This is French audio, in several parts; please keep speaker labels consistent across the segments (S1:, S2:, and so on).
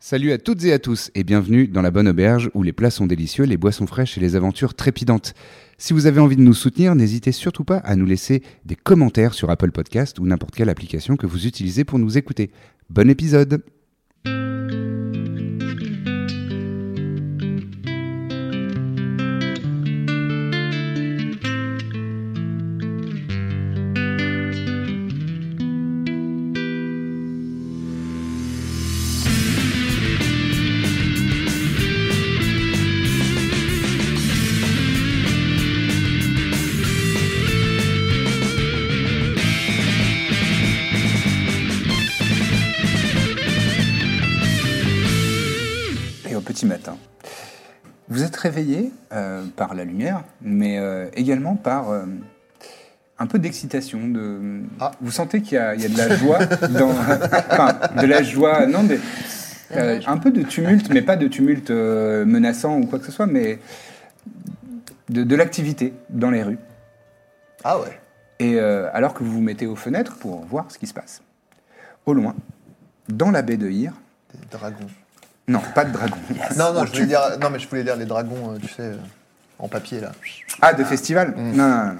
S1: Salut à toutes et à tous et bienvenue dans la bonne auberge où les plats sont délicieux, les boissons fraîches et les aventures trépidantes. Si vous avez envie de nous soutenir, n'hésitez surtout pas à nous laisser des commentaires sur Apple Podcast ou n'importe quelle application que vous utilisez pour nous écouter. Bon épisode
S2: Et au petit matin. Vous êtes réveillé euh, par la lumière, mais euh, également par euh, un peu d'excitation. De...
S3: Ah.
S2: Vous sentez qu'il y, a il y a de la joie dans... enfin, de la joie, non, des- euh, un peu de tumulte, mais pas de tumulte euh, menaçant ou quoi que ce soit, mais de, de l'activité dans les rues.
S3: Ah ouais.
S2: Et euh, alors que vous vous mettez aux fenêtres pour voir ce qui se passe. Au loin, dans la baie de Hyre,
S3: Des dragons.
S2: non, pas de dragon. Yes,
S3: Non, non,
S2: on
S3: je
S2: tue.
S3: voulais dire, non, mais je voulais dire les dragons, euh, tu sais, euh, en papier là.
S2: Ah, de festival non, non, non, non.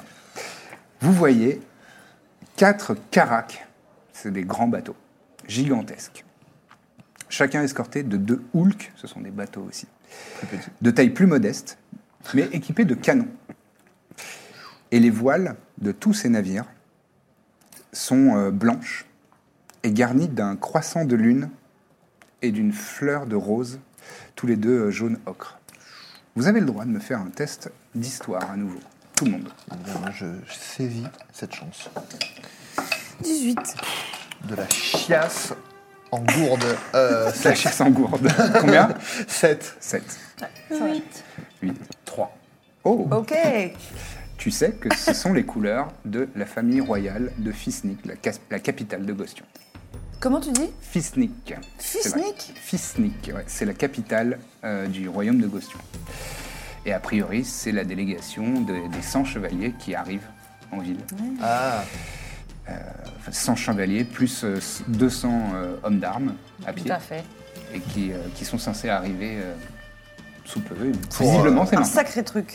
S2: Vous voyez quatre caracs, c'est des grands bateaux, gigantesques. Chacun escorté de deux hulks, ce sont des bateaux aussi, de taille plus modeste, mais équipés de canons. Et les voiles de tous ces navires sont euh, blanches et garnies d'un croissant de lune et d'une fleur de rose, tous les deux euh, jaune ocre. Vous avez le droit de me faire un test d'histoire à nouveau. Tout le monde.
S3: Eh bien, moi, je saisis cette chance.
S4: 18.
S3: De la chiasse en gourde. Euh,
S2: La chasse en gourde. Combien
S3: 7.
S2: 7,
S4: 8.
S2: 8, 3. Oh
S4: Ok.
S2: Tu sais que ce sont les couleurs de la famille royale de Fisnik, la, cas- la capitale de Gostion.
S4: Comment tu dis
S2: Fisnik. C'est la-
S4: Fisnik
S2: Fisnik, ouais, c'est la capitale euh, du royaume de Gostion. Et a priori, c'est la délégation de- des 100 chevaliers qui arrivent en ville.
S3: Ah,
S2: Enfin, 100 chevaliers plus euh, 200 euh, hommes d'armes à pied.
S4: fait.
S2: et qui, euh, qui sont censés arriver euh, sous peu. Visiblement, c'est
S4: euh, Un
S2: maintenant.
S4: sacré truc.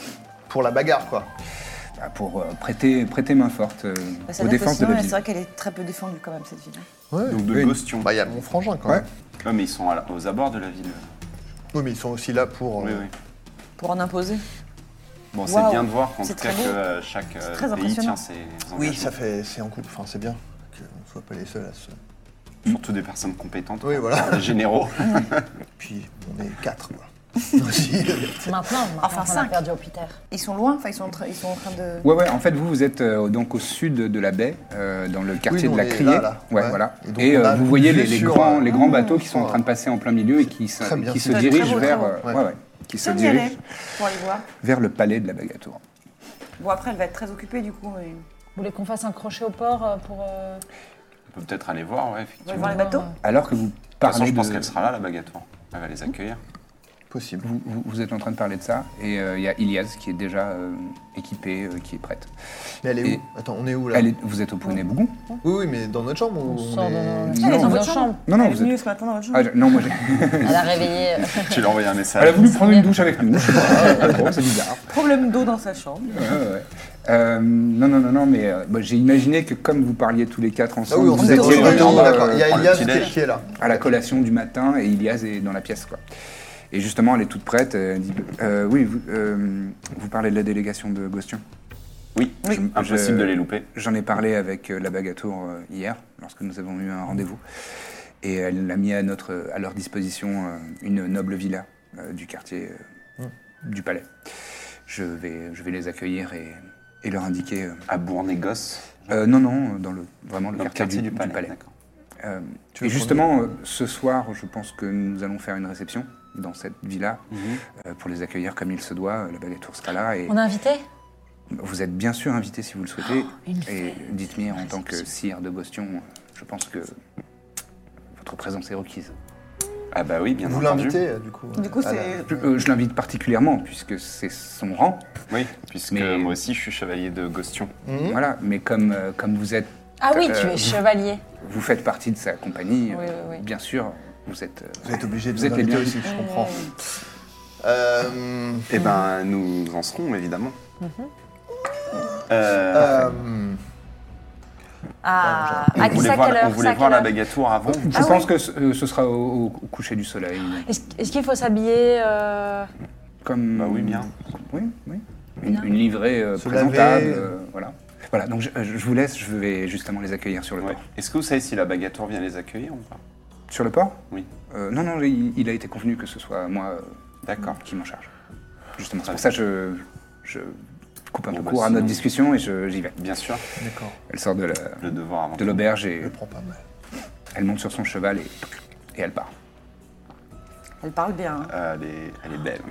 S3: pour la bagarre, quoi.
S2: Bah, pour euh, prêter, prêter main forte euh,
S4: Bah, ça
S2: aux
S4: veut dire que
S2: défenses de
S4: sinon,
S2: la
S4: elle-
S2: ville.
S4: c'est vrai qu'elle est très peu défendue quand même cette ville.
S3: Ouais.
S5: Donc de
S2: Oui.
S5: Gostion.
S3: Bah, il y a mon frangin, quand
S2: Ouais.
S3: même.
S5: Ouais, mais ils sont à la- aux abords de la ville.
S3: Oui, mais ils sont aussi là pour. euh,
S5: Oui, oui.
S4: Pour en imposer.
S5: Bon, c'est
S4: Waouh,
S5: bien de voir qu'en
S4: c'est
S5: tout cas que
S4: très beau.
S5: euh, chaque euh,
S4: très
S5: pays
S4: impressionnant.
S5: tient ses engagements.
S3: Oui, ça fait. C'est en couple, enfin, c'est bien qu'on soit pas les seuls à se.
S5: Surtout des personnes compétentes.
S3: Oui, voilà.
S5: Des généraux.
S3: Puis, on est 4, quoi. Aussi.
S6: Maintenant,
S4: Enfin,
S6: enfin, on a
S4: cinq.
S6: perdu au Peter.
S4: Ils sont loin, enfin, ils sont en, train- ils sont en train de.
S2: Ouais, ouais, en fait, vous, vous êtes euh, donc au sud de la baie, euh, dans le quartier
S3: nous, on
S2: de la
S3: est là,
S2: Criée.
S3: là.
S2: Ouais,
S3: Ouais.
S2: voilà.
S3: Et donc,
S2: Et,
S3: on
S2: euh,
S3: a
S2: vous voyez
S3: une
S2: les,
S3: vue
S2: les
S3: sur,
S2: grands,
S3: euh,
S2: les grands bateaux qui sont en
S3: sur,
S2: train de passer en plein milieu et qui, se-
S3: très bien
S2: qui se
S3: fait. Très
S2: dirigent
S4: beau, très
S2: vers,
S4: beau.
S2: euh,
S3: Ouais.
S2: ouais, ouais, qui se
S4: Tiens, d'y aller
S2: dirigent
S4: pour les voir.
S2: vers le palais de la Bagatour.
S4: Bon, après, elle va être très occupée du coup. Mais...
S6: Vous voulez qu'on fasse un crochet au port euh, pour. euh,
S5: On peut peut-être aller voir, ouais,
S4: On va
S5: effectivement.
S4: voir les
S5: De
S4: bateaux
S2: Alors que vous
S5: toute façon,
S2: parlez
S5: je pense
S2: de-
S5: qu'elle sera là, la bagatoire. Elle va les accueillir.
S3: Possible.
S2: Vous, vous- vous êtes en train de parler de ça, et euh, il y a Ilias qui est déjà euh, équipée, euh, qui est prête.
S3: Mais elle est
S2: Et-
S3: où Attends, on est où là
S2: Elle est- vous êtes au poney Bougon
S3: Oui, oui, mais dans notre chambre ou on,
S6: sort
S3: est.
S6: dans-
S2: Non,
S4: Elle est dans
S2: non,
S4: votre
S6: vous-
S4: chambre
S2: Non, non,
S4: Elle est
S2: vous
S4: venue
S2: êtes-
S4: ce matin dans votre chambre.
S2: Ah, je- non, moi j'ai.
S6: Elle a réveillé. euh,
S5: tu lui as envoyé un
S2: Elle a
S5: message.
S2: voulu prendre une douche avec nous. je sais pas. Bon, c'est bizarre.
S4: Problème d'eau dans sa chambre.
S2: Ouais, ouais, ouais. Euh, non, non, non, non, mais euh, bah, j'ai imaginé que comme vous parliez tous les quatre
S3: Ah
S2: ensemble,
S3: oui, on
S2: vous
S3: est
S2: étiez
S3: dans
S2: vraiment,
S5: d'accord.
S2: euh,
S3: Il y a
S5: prendre le
S3: Elias qui,
S5: petit-déj.
S3: est- qui est là.
S2: à la collation du matin et Ilias est dans la pièce, quoi. Et justement, elle est toute prête. Elle dit euh, Oui, vous, euh, vous parlez de la délégation de Gostion
S5: Oui,
S2: Oui.
S5: impossible
S2: Je-
S5: de les louper.
S2: J'en ai parlé avec euh, la Bagatour euh, hier, lorsque nous avons eu un rendez-vous. Et elle a mis à, notre, à leur disposition euh, une noble villa euh, du quartier euh, du palais. Je vais, je vais les accueillir et, et leur indiquer. euh,
S5: À Bourg-Négoce,
S2: euh, non, non, dans le, vraiment le,
S5: dans le
S2: quartier, du, du palais.
S5: D'accord.
S2: Euh,
S3: veux
S2: et justement, euh, ce soir, je pense que nous allons faire une réception dans cette villa euh, pour les accueillir comme il se doit. La belle tour sera là et
S6: On a invité
S2: vous êtes bien sûr invité si vous le souhaitez.
S6: une
S2: et
S6: fête.
S2: dites-moi, en tant que sire de Bostion, je pense que votre présence est requise.
S5: Ah bah oui, bien
S3: Vous
S5: entendu.
S3: l'invitez, euh, du coup.
S2: Ah,
S4: Du coup,
S3: à la-
S4: c'est.
S2: Je, euh, je l'invite particulièrement puisque c'est son rang.
S5: Oui, puisque
S2: Mais-
S5: moi aussi je suis chevalier de Gostion.
S2: Voilà, mais comme, euh, comme vous êtes,
S6: Ah oui,
S2: Euh,
S6: tu es chevalier.
S2: vous faites partie de sa compagnie,
S6: Oui,
S2: euh,
S6: oui, oui.
S2: bien sûr, vous êtes. euh,
S3: Vous êtes obligé de
S2: Vous
S3: vous
S2: êtes les
S3: inviter
S2: bienvenus.
S3: aussi, je comprends. Euh,
S5: Eh ben, nous en serons évidemment.
S3: euh,
S6: Ah,
S5: on,
S6: à qui
S5: voulait
S6: ça,
S5: voir,
S6: quelle
S5: on
S6: heure,
S5: voulait
S6: ça,
S5: voir
S6: quelle
S5: la
S6: heure
S5: baguette tour avant.
S2: Je
S6: Ah
S2: pense que ce, euh, ce sera au, au coucher du soleil.
S6: Est-ce est-ce qu'il faut s'habiller euh,
S2: Comme.
S5: Bah oui, bien.
S2: Oui, oui. Une, une livrée euh, présentable,
S3: laver.
S2: euh, voilà. Voilà, donc je, euh, je vous laisse, je vais justement les accueillir sur le
S5: Ouais.
S2: port.
S5: Est-ce que vous savez si la baguette tour vient les accueillir ou pas
S2: Sur le port
S5: Oui.
S2: Euh, Non, non, il, il a été convenu que ce soit moi euh,
S5: D'accord.
S2: qui m'en charge. Justement, c'est pour ça que je, je coupe un
S5: Bon,
S2: peu
S5: bah,
S2: court à
S5: sinon-
S2: notre discussion et je- j'y vais.
S5: Bien sûr,
S3: D'accord,
S2: Elle sort de la-
S5: le devoir avant.
S2: de l'auberge et
S3: je prends pas mal.
S2: elle monte sur son cheval et, et elle part.
S4: Elle parle bien. hein.
S5: Euh, elle, est, elle est belle.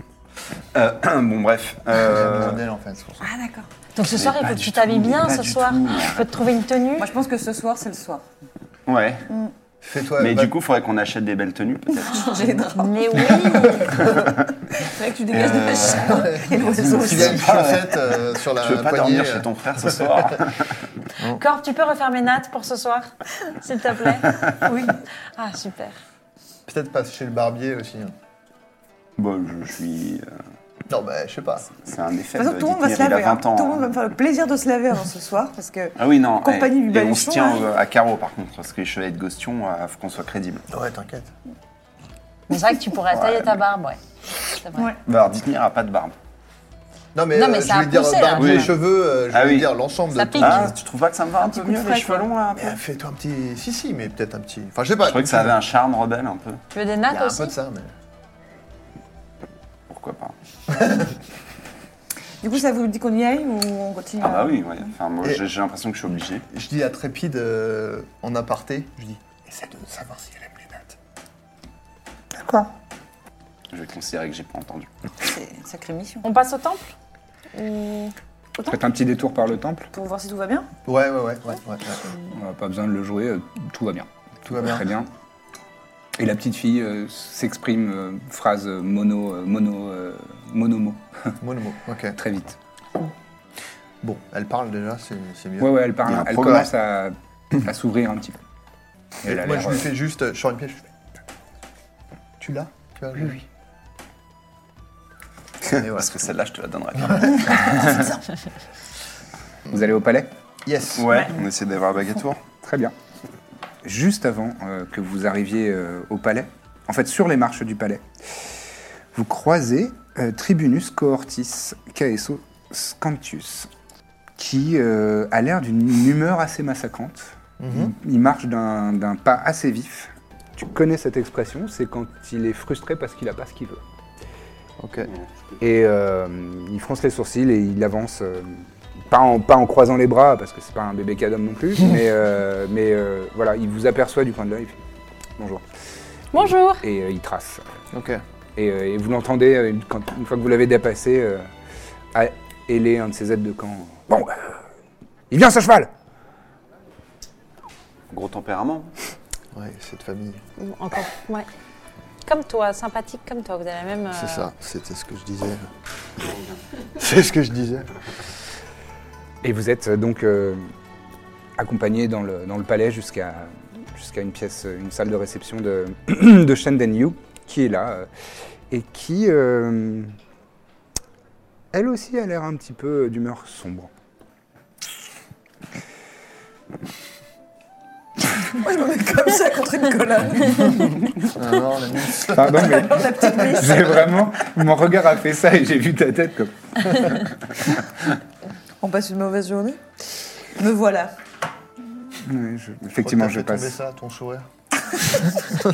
S5: Euh, bon, bref. euh,
S3: J'aime bien d'elle, en fait. c'est pour ça.
S4: Ah, d'accord.
S6: Donc ce soir, il faut que tu t'habilles bien ce soir. Il faut te trouver une tenue.
S4: Moi, je pense que ce soir, c'est le soir.
S5: ouais.
S3: Fais-toi.
S5: Mais
S3: bah,
S5: du coup, il faudrait qu'on achète des belles tenues, peut-être.
S4: J'ai les draps.
S6: Mais oui,
S4: C'est vrai que tu dégages de
S2: euh,
S4: la chambre et de l'oiseau
S3: S'il y a une
S4: aussi.
S3: chaussette euh, sur la
S5: tu veux pas
S3: poignée,
S5: dormir
S3: euh,
S5: chez ton frère ce soir
S6: Corbe, tu peux refaire mes nattes pour ce soir, s'il te plaît Oui. Ah, super.
S3: Peut-être pas chez le barbier aussi. hein.
S5: Bon, je suis. euh,
S3: Non, bah, je sais pas.
S5: c'est un effet.
S4: De toute façon,
S5: de
S4: tout le monde va se
S5: Dithmir, Euh, il a
S4: laver. hein.
S5: 20 ans,
S4: Tout le monde va
S5: hein.
S4: me faire le plaisir de se laver avant ce soir parce que.
S5: Ah oui, non.
S4: Compagnie
S5: eh,
S4: du
S5: et on se
S4: Baluchon,
S5: tient
S4: hein.
S5: euh, à carreau, par contre, parce que les chevaliers de Gostion, il faut qu'on soit crédible.
S3: Ouais, t'inquiète.
S6: C'est vrai que tu pourrais tailler ta barbe, ouais. C'est vrai.
S4: Ouais.
S5: Bah, alors, Dithmir a pas de barbe.
S3: Non, mais,
S6: Non, mais
S3: euh,
S6: ça
S3: je
S6: a
S3: voulais dire
S6: poussé, là.
S3: barbier
S5: Oui.
S3: et cheveux, euh, je
S5: Ah
S3: voulais
S5: oui.
S3: dire l'ensemble
S6: Ça
S3: de
S6: pique.
S3: ton-
S5: Ah, tu trouves pas que ça me va un,
S4: petit
S5: peu
S4: coup de
S5: mieux, les
S4: frais,
S5: cheveux
S4: quoi.
S5: longs, là un peu
S3: Mais, euh, Fais-toi un petit. Si, si, mais peut-être un petit. Enfin, je sais pas.
S5: Je croyais que ça avait un charme rebelle, un peu.
S6: Tu veux des
S3: Il y
S6: nattes
S3: a un
S6: aussi
S3: peu de ça, mais.
S5: Pourquoi pas
S4: Du coup, ça vous dit qu'on y aille ou on continue
S5: Ah bah
S4: à-
S5: oui, ouais. Enfin, moi,
S3: Et-
S5: j'ai j'ai l'impression que je suis obligé.
S3: Je dis à Trépide euh, en aparté, je dis essaie de savoir si elle aime les nattes.
S2: D'accord.
S5: Je vais considérer que j'ai pas entendu.
S4: C'est une sacrée mission.
S6: On passe au temple
S2: Faites un petit détour par le temple.
S4: Pour voir si tout va bien
S3: Ouais, ouais, ouais, ouais, ouais.
S2: On n'a pas besoin de le jouer, euh, tout va bien.
S3: Tout va bien.
S2: Très bien. Et la petite fille euh, s'exprime, euh, phrase euh, mono, euh, mono, euh, monomo,
S3: Moi le mot, ok.
S2: très vite.
S3: Bon, elle parle déjà, c'est c'est mieux.
S2: Ouais, ouais, elle
S5: Il y a un
S2: parle, elle
S5: progrès.
S2: commence à, à s'ouvrir un petit peu. Et elle a
S3: Moi,
S2: l'air,
S3: je lui
S2: euh,
S3: fais juste, euh, je sors une pièce, je lui fais. Tu l'as Tu l'as Oui, oui.
S5: Parce que celle-là, je te la donnerai pas.
S2: euh, Vous allez au palais
S3: Yes.
S5: Ouais, on essaie d'avoir Bagatour.
S2: Très bien. Juste avant euh, que vous arriviez euh, au palais, en fait sur les marches du palais, vous croisez euh, Tribunus Cohortis Caeso Scantius, qui euh, a l'air d'une humeur assez massacrante. Il il marche d'un d'un pas assez vif. Tu connais cette expression, c'est quand il est frustré parce qu'il n'a pas ce qu'il veut.
S3: Ok.
S2: Et euh, il fronce les sourcils et il avance, euh, pas, en, pas en croisant les bras, parce que c'est pas un bébé cadom non plus, mais, euh, mais euh, voilà, il vous aperçoit du coin de l'œil. il fait Bonjour.
S6: Bonjour
S2: Et euh, il trace.
S3: Ok.
S2: Et, euh, et vous l'entendez, euh, une, quand- une fois que vous l'avez dépassé, euh, à héler un de ses aides de camp. Bon, euh, il vient à cheval
S5: Gros tempérament.
S3: Ouais, cette famille.
S6: Encore, ouais. Comme toi, sympathique comme toi, vous avez la même...
S4: Ah.
S6: euh,
S3: C'est ça, c'était ce que je disais. c'est ce que je disais.
S2: Et vous êtes euh, donc euh, accompagné dans le, dans le palais jusqu'à jusqu'à une pièce, euh, une salle de réception de, de Shenden Yu, qui est là, euh, et qui, euh, elle aussi, a l'air un petit peu d'humeur sombre.
S4: Comme ça, contre une colonne.
S3: Non, Ah non, la mousse.
S2: Pardon, mais j'ai vraiment... Mon regard a fait ça et j'ai vu ta tête comme...
S4: On passe une mauvaise journée Me voilà.
S2: Oui, je- effectivement,
S3: Pourquoi
S2: je
S3: t'as fait tomber
S2: passe
S3: ça, ton sourire.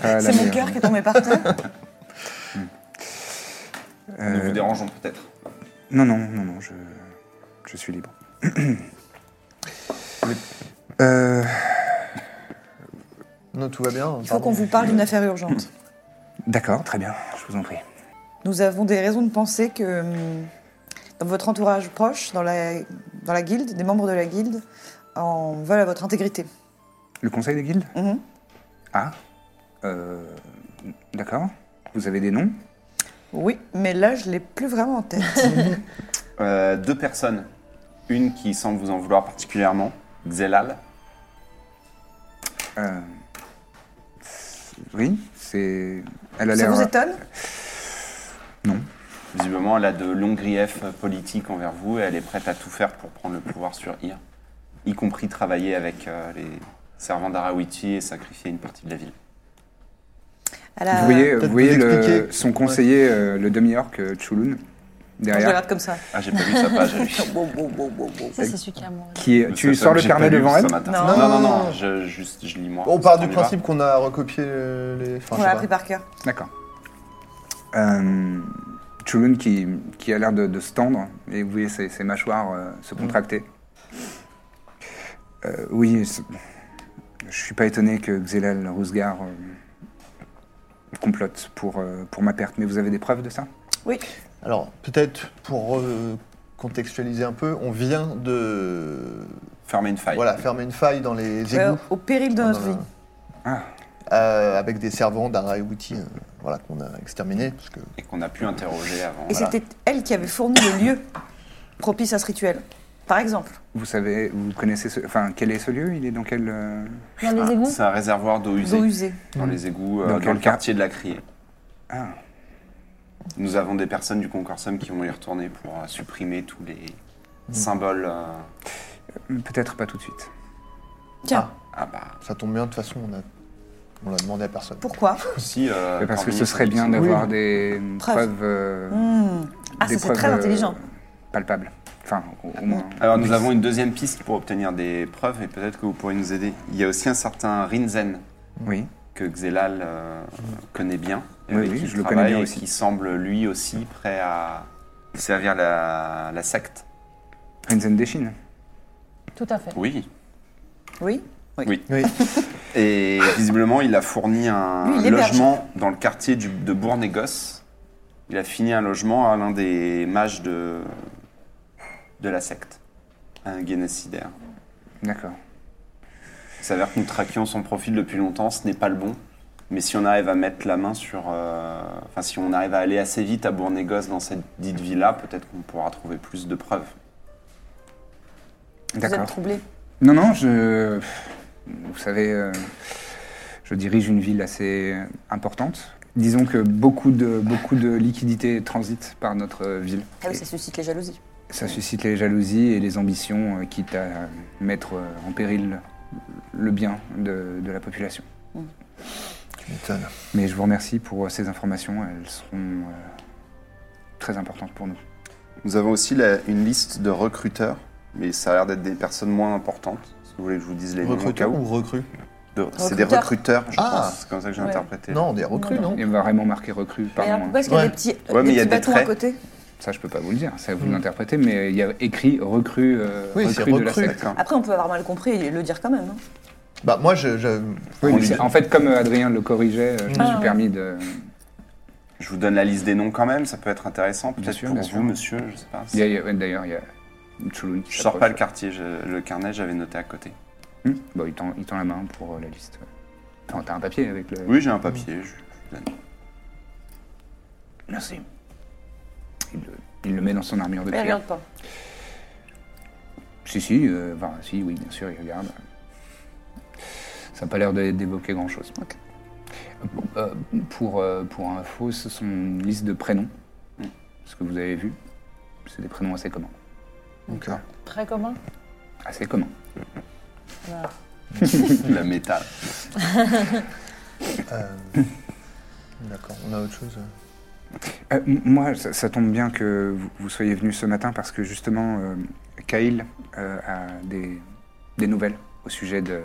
S2: à la
S4: C'est mon
S2: meilleure.
S4: cœur qui est tombé par terre.
S5: Nous vous dérangeons peut-être.
S2: Euh, Non, non, non, non, je, je suis libre. Euh,
S3: Non, tout va bien.
S4: Il faut qu'on vous parle d'une affaire urgente.
S2: D'accord, très bien, je vous en prie.
S4: Nous avons des raisons de penser que hum, dans votre entourage proche, dans la, dans la guilde, des membres de la guilde en veulent à votre intégrité.
S2: Le conseil des guildes
S4: Mhm.
S2: Ah. Euh, D'accord. Vous avez des noms
S4: Oui, mais là, je l'ai plus vraiment en tête.
S5: Euh, deux personnes. Une qui semble vous en vouloir particulièrement, Xelal.
S2: Euh, Oui, c'est. Elle a
S4: Ça
S2: l'air.
S4: vous étonne
S2: Non.
S5: Visiblement, elle a de longs griefs politiques envers vous et elle est prête à tout faire pour prendre le pouvoir sur Ir, y compris travailler avec euh, les servants d'Arawiti et sacrifier une partie de la ville.
S4: Elle a-
S2: Vous voyez,
S3: peut-être
S2: vous voyez
S3: vous
S2: le-
S3: expliquer.
S2: son conseiller, euh, le demi-orc euh, Chulun,
S4: Je la
S2: derrière,
S4: regarde comme ça.
S5: Ah, j'ai pas vu sa page. à lui.
S6: Ça, c'est celui qui a mangé.
S2: qui est- Tu
S5: Ça, ça,
S2: sors le
S5: j'ai
S2: carnet
S5: pas lu
S2: devant
S5: ce
S2: elle
S5: matin.
S4: Non.
S5: Non, non, non,
S3: Non.
S5: je, juste, je lis moi.
S3: On part du
S5: y va.
S3: principe qu'on a recopié euh, les. Enfin,
S4: On
S3: je sais
S4: l'a
S3: pas.
S4: appris par cœur.
S2: D'accord. Euh, Chulun qui, qui a l'air de, de se tendre, et vous voyez ses, ses mâchoires euh, se
S4: Mm.
S2: contracter. Euh, oui, c'est- je suis pas étonné que Xelal Rousgar euh, complote pour, euh, pour ma perte, mais vous avez des preuves de ça
S4: Oui.
S3: Alors, peut-être pour euh, contextualiser un peu, on vient de.
S5: Fermer une faille.
S3: Voilà, fermer une faille dans les
S4: Euh,
S3: égouts.
S4: au péril de
S3: Dans
S4: notre
S3: la-
S4: vie.
S3: Ah. euh, avec des servants d'Araewiti euh, voilà, qu'on a exterminé. Parce que...
S5: Et qu'on a pu interroger avant.
S4: Et
S5: voilà.
S4: c'était elle qui avait fourni le lieu propice à ce rituel. Par exemple.
S2: Vous savez, vous connaissez, ce- enfin, quel est ce lieu Il est dans quel euh,
S6: Dans les égouts
S5: Ah, C'est un réservoir d'eau usée.
S4: D'eau usée.
S5: Dans les égouts, euh,
S2: Dans
S5: dans,
S2: quel
S5: le
S2: cas
S5: quartier de la Criée.
S2: Ah.
S5: Nous avons des personnes du Concorsum qui vont y retourner pour euh, supprimer tous les
S2: Hmm.
S5: symboles. euh,
S2: Peut-être pas tout de suite.
S4: Tiens,
S5: Ah bah,
S3: Ça tombe bien, de toute façon, on a. On l'a demandé à personne.
S4: pourquoi
S5: si. euh,
S2: Mais parce que
S5: parmi-
S2: ce serait bien d'avoir
S3: Oui.
S2: des
S4: Preuves.
S2: preuves, euh,
S4: Hmm. Ah,
S2: des
S4: ça, c'est
S2: preuves,
S4: très
S2: euh,
S4: intelligent. Mm.
S2: palpables. Enfin, au, au moins.
S5: Alors, nous avons une deuxième piste pour obtenir des preuves et peut-être que vous pourrez nous aider. Il y a aussi un certain Rinzen
S2: Oui.
S5: que Xelal euh, connaît bien. et
S2: Mm. Oui,
S5: avec
S2: oui,
S5: qui il
S2: je le connais
S5: travaille
S2: bien
S5: et
S2: aussi.
S5: Qui semble lui aussi prêt à servir la, la secte.
S2: Rinzen Deshin.
S6: Tout à fait.
S5: Oui.
S4: Oui.
S5: Oui.
S3: Oui.
S5: Et visiblement, il a fourni un
S4: Lui, il héberge.
S5: logement dans le quartier du- de Bourg-Négoce. Il a fini un logement à l'un des mages de, de la secte, un guénécidaire.
S2: D'accord.
S5: Il s'avère que nous traquions son profil depuis longtemps, ce n'est pas le bon. Mais si on arrive à mettre la main sur. euh, Enfin, si on arrive à aller assez vite à Bourg-Négoce dans cette dite villa, peut-être qu'on pourra trouver plus de preuves.
S4: Vous êtes
S2: D'accord.
S4: troublé.
S2: Non, non, je. Vous savez, euh, je dirige une ville assez importante. Disons que beaucoup de, beaucoup de liquidités transitent par notre euh, ville.
S4: Ah oui, ça suscite les jalousies.
S2: Ça suscite les jalousies et les ambitions, euh, quitte à mettre euh, en péril le bien de, de la population.
S3: Tu m'étonnes.
S2: Mais je vous remercie pour euh, ces informations, elles seront euh, très importantes pour nous.
S5: Nous avons aussi la- une liste de recruteurs, mais ça a l'air d'être des personnes moins importantes. Est-ce que vous voulez que je vous dise les noms au cas
S3: Recruteur
S5: où
S3: ou recrue
S5: De- C'est des
S6: Recruteurs.
S5: recruteurs, je
S3: Ah.
S5: pense. C'est comme ça que j'ai
S6: Ouais.
S5: interprété.
S3: Non, des recrues, non
S2: Il va vraiment marquer recrue,
S6: Mais alors,
S2: pardon. hein.
S6: pourquoi est-ce qu'il y a
S3: Ouais.
S6: des petits,
S5: Ouais, mais
S6: des
S5: il y a
S6: petits
S5: des
S6: bâtons à
S5: traits.
S6: côté
S2: Ça, je peux pas vous le dire, ça vous l'interprétez, mais il y a écrit recrue, euh,
S3: Oui, c'est
S2: recrue de la
S3: recrue.
S2: secte.
S4: Après, on peut avoir mal compris et le dire quand même. hein.
S3: Bah, moi, je. je-
S2: Oui,
S3: on
S2: mais
S3: lui
S2: c'est-
S3: dit-
S2: en fait, comme euh, Adrien le corrigeait, euh, je me
S6: Ah,
S2: suis
S6: ouais.
S2: permis de.
S5: Je vous donne la liste des noms quand même, ça peut être intéressant.
S2: Bien
S5: Peut-être
S2: sûr,
S5: pour
S2: bien
S5: vous,
S2: sûr.
S5: monsieur, je sais pas.
S2: Il y a- il y a- D'ailleurs, il y a Chulun qui
S5: Je sors pas le
S2: s'approche.
S5: quartier, je- le carnet, j'avais noté à côté.
S2: Hmm. Bon, il tend, il tend la main pour euh, la liste. Enfin, t'as un papier avec le.
S5: Oui, j'ai un papier. je- je vous donne.
S2: Merci. Il le, il le met dans son armure de
S6: Mais
S2: cuir.
S6: regarde pas.
S2: Si, si, euh, enfin, si, oui, bien sûr, il regarde. Ça n'a pas l'air d'é- d'évoquer grand-chose. Euh, pour, euh, pour info, ce sont une liste de prénoms. Ce que vous avez vu, c'est des prénoms assez communs.
S6: Très commun.
S2: Assez communs.
S5: La métal.
S3: Euh, D'accord, on a autre chose. euh.
S2: Euh, m- moi, ça, ça tombe bien que vous, vous soyez venu ce matin parce que justement, euh, Kyle euh, a des, des nouvelles au sujet de,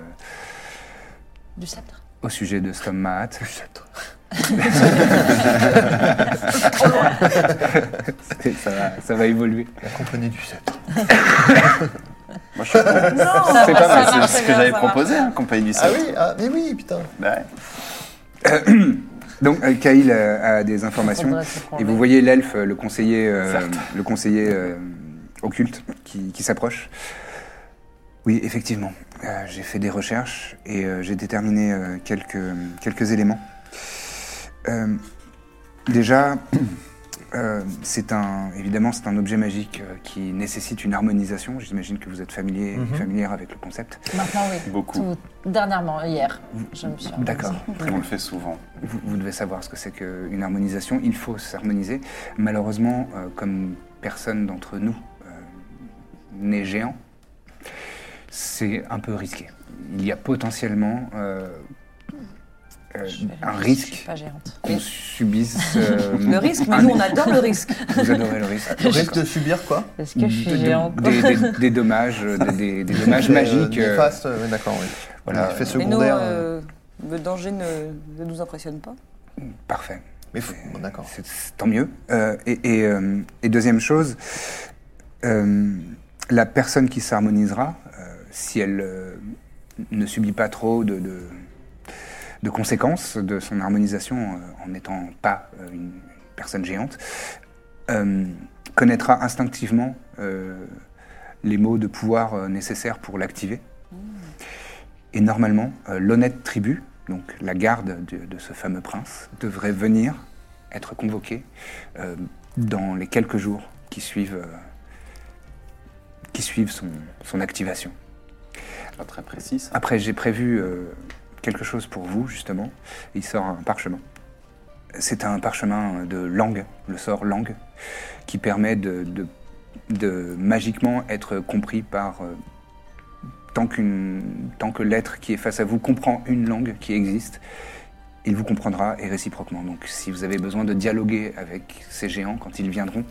S6: Du sceptre.
S2: au sujet de Stom Mahat. ça, va, ça va évoluer.
S3: La compagnie du sceptre.
S5: Moi, Moi, je suis content.
S6: Non,
S5: C'est pas mal, c'est
S6: marche
S5: ce que
S6: bien,
S5: j'avais
S6: Ah, ça marche.
S5: proposé, hein, compagnie du
S3: Ah
S5: Cercle.
S3: oui, ah, mais oui, putain.
S5: Bah ouais.
S2: Donc, euh, Kyle euh, a des informations.
S6: Faudrait se prendre.
S2: Et vous voyez l'elfe, euh, le conseiller, euh,
S5: Certes.
S2: le conseiller euh, occulte, qui, qui s'approche. Oui, effectivement. Euh, j'ai fait des recherches et euh, j'ai déterminé euh, quelques, quelques éléments. Euh, déjà, euh, c'est un, évidemment, c'est un objet magique euh, qui nécessite une harmonisation. J'imagine que vous êtes familier, familière avec le concept.
S6: Maintenant, oui.
S5: Beaucoup.
S6: Tout- Dernièrement, hier, je me suis.
S2: D'accord.
S5: On le fait souvent.
S2: Vous, vous devez savoir ce que c'est qu'une harmonisation. Il faut s'harmoniser. Malheureusement, euh, comme personne d'entre nous euh, n'est géant, c'est un peu risqué. Il y a potentiellement euh, euh, un
S6: Je suis
S2: risque
S6: pas géante.
S2: qu'on subisse. euh,
S4: Le risque, mais
S2: un-
S4: nous, on adore le risque.
S2: Vous adorez le risque.
S3: Le risque de subir quoi
S6: Est-ce que je
S2: De-
S6: suis
S2: de-
S6: géante
S2: des, des- des dommages, euh, des, des- des dommages
S3: Euh,
S2: magiques.
S3: des
S2: euh,
S3: faces, euh, ouais, d'accord, oui.
S2: voilà.
S3: Voilà. Effet
S4: Mais nous,
S3: secondaire. euh,
S4: euh, le danger ne, ne nous impressionne pas.
S2: Parfait.
S3: Mais faut- bon, d'accord.
S2: C'est- c'est tant mieux. Euh, et, et, euh, et deuxième chose, euh, la personne qui s'harmonisera, euh, si elle euh, ne subit pas trop de, de- de conséquences de son harmonisation euh, en n'étant pas euh, une personne géante, euh, connaîtra instinctivement euh, les mots de pouvoir euh, nécessaires pour l'activer. Et normalement, euh, l'honnête tribu, donc la garde de, de ce fameux prince, devrait venir être convoqué euh, dans les quelques jours qui suivent, euh, qui suivent son, son activation.
S5: Pas très précis, ça.
S2: Après, j'ai prévu euh, quelque chose pour vous, justement. Il sort un parchemin. C'est un parchemin de langue, le sort langue, qui permet de, de- de magiquement être compris par... euh, tant, qu'une- tant que l'être qui est face à vous comprend une langue qui existe, il vous comprendra et réciproquement. Donc si vous avez besoin de dialoguer avec ces géants quand ils viendront,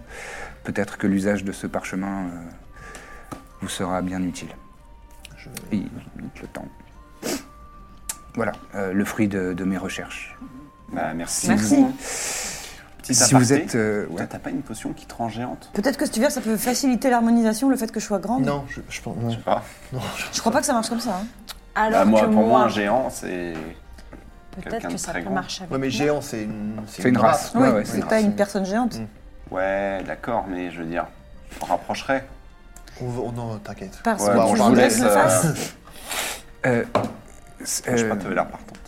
S2: peut-être que l'usage de ce parchemin euh, vous sera bien utile. Il quitte le temps. Voilà, euh, le fruit de, de mes recherches.
S5: Bah, merci.
S4: Merci.
S5: beaucoup. Petit
S2: si
S5: aparté,
S2: vous êtes... euh, ouais.
S5: Toi, t'as pas une potion qui te rend géante
S4: Peut-être que si tu veux, ça peut faciliter l'harmonisation, le fait que je sois grande.
S3: Non, je, je pense.
S5: Je
S3: Non.
S5: sais pas.
S4: Je crois pas que ça marche comme ça. hein.
S6: Alors
S5: Bah, moi,
S6: que
S5: pour
S6: moi,
S5: moi, un géant, c'est.
S6: peut-être
S5: quelqu'un
S6: que
S5: de
S6: ça
S5: très
S6: peut
S5: grand.
S6: marcher avec.
S3: Ouais, mais
S6: moi.
S3: géant, c'est une,
S2: C'est une race. Ouais,
S4: oui,
S2: ouais,
S4: c'est
S2: c'est
S4: pas
S2: grave.
S4: une personne géante.
S3: Mm.
S5: Ouais, d'accord, mais je veux dire, on rapprocherait.
S3: On, va- on en t'inquiète.
S4: Parce
S5: Ouais,
S4: que
S5: bah,
S3: on
S4: tu
S3: vous
S4: voudrais
S3: laisse,
S4: que je le
S5: euh,
S4: fasse.
S2: Euh, c'est-
S5: Je sais
S2: euh,
S5: pas, t'avais l'air partante.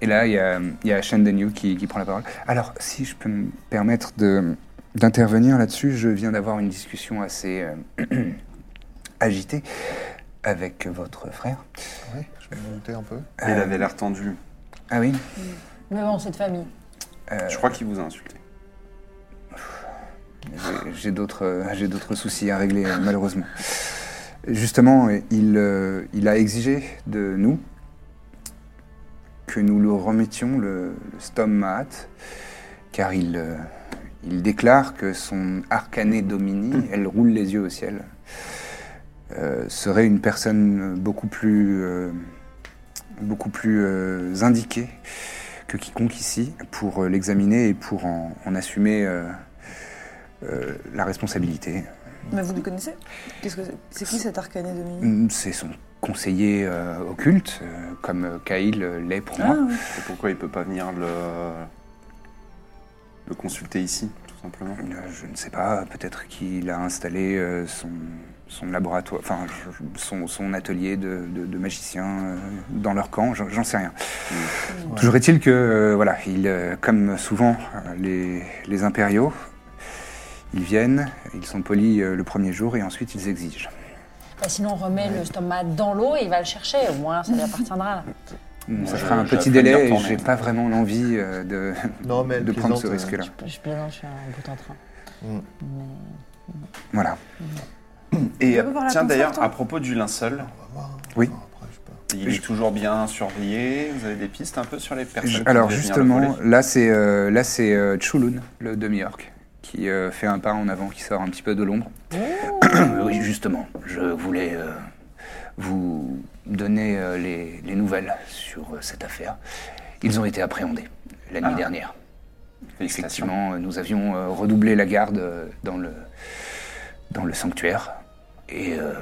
S2: et là, il y a, il y a Shen Denyu qui, qui prend la parole. Alors, si je peux me permettre de- d'intervenir là-dessus, je viens d'avoir une discussion assez euh, agitée avec votre frère.
S3: Ouais, je vais monter un peu.
S5: Il avait l'air tendu.
S2: Ah oui
S6: Mais bon, c'est de famille.
S5: Je crois qu'il vous a insulté.
S2: J'ai- J'ai d'autres, euh, j'ai d'autres soucis à régler, euh, malheureusement. Justement, euh, il, euh, il a exigé de nous que nous le remettions le, le Stom Mahat, car il, euh, il déclare que son arcané Domini, elle roule les yeux au ciel, euh, serait une personne beaucoup plus, euh, beaucoup plus euh, indiquée que quiconque ici pour euh, l'examiner et pour en, en assumer. euh, euh, la responsabilité.
S4: Mais vous le connaissez Qu'est-ce que c'est C'est qui cet arcané de minuit
S2: Mm, C'est son conseiller euh, occulte, euh, comme euh, Kyle euh, l'est pour moi.
S5: Et pourquoi il peut pas venir le. le consulter ici, tout simplement
S2: Euh, je ne sais pas, peut-être qu'il a installé euh, son, son laboratoire, enfin je- son, son atelier de, de- de magicien euh, dans leur camp, j'en j'en sais rien. Toujours est-il que, euh, voilà, il, euh, comme souvent euh, les, les impériaux, ils viennent, ils sont polis euh, le premier jour et ensuite ils exigent.
S6: Bah, sinon, on remet le stomac dans l'eau et il va le chercher. Au moins, ça lui appartiendra. là.
S2: Mm, Ça
S5: Moi,
S2: fera
S5: je-
S2: un
S5: je
S2: petit
S5: vais bien
S2: délai et
S5: retourner.
S2: j'ai pas vraiment l'envie euh, de,
S3: Non, mais elle
S2: de prendre
S3: plaisante,
S2: ce
S3: euh, Mm.
S2: risque-là.
S6: Je plaisante, je suis un bout en train.
S2: Voilà.
S5: Et
S4: peux voir la
S5: tiens,
S4: console,
S5: d'ailleurs,
S4: toi
S5: à propos du linceul,
S3: On va voir.
S2: Oui.
S3: Enfin, après, je sais pas.
S5: il est toujours bien surveillé. Vous avez des pistes un peu sur les personnes
S2: Je-
S5: qui
S2: alors
S5: devaient venir le
S2: justement,
S5: voler
S2: là c'est euh, là c'est euh, Chulun, le demi-orc, qui euh, fait un pas en avant, qui sort un petit peu de l'ombre.
S6: Oh.
S2: oui, justement, je voulais euh, vous donner euh, les, les nouvelles sur euh, cette affaire. Ils ont été appréhendés la
S5: Ah.
S2: nuit dernière.
S5: Félicitations.
S2: Effectivement, euh, nous avions euh, redoublé la garde euh, dans le dans le sanctuaire et euh,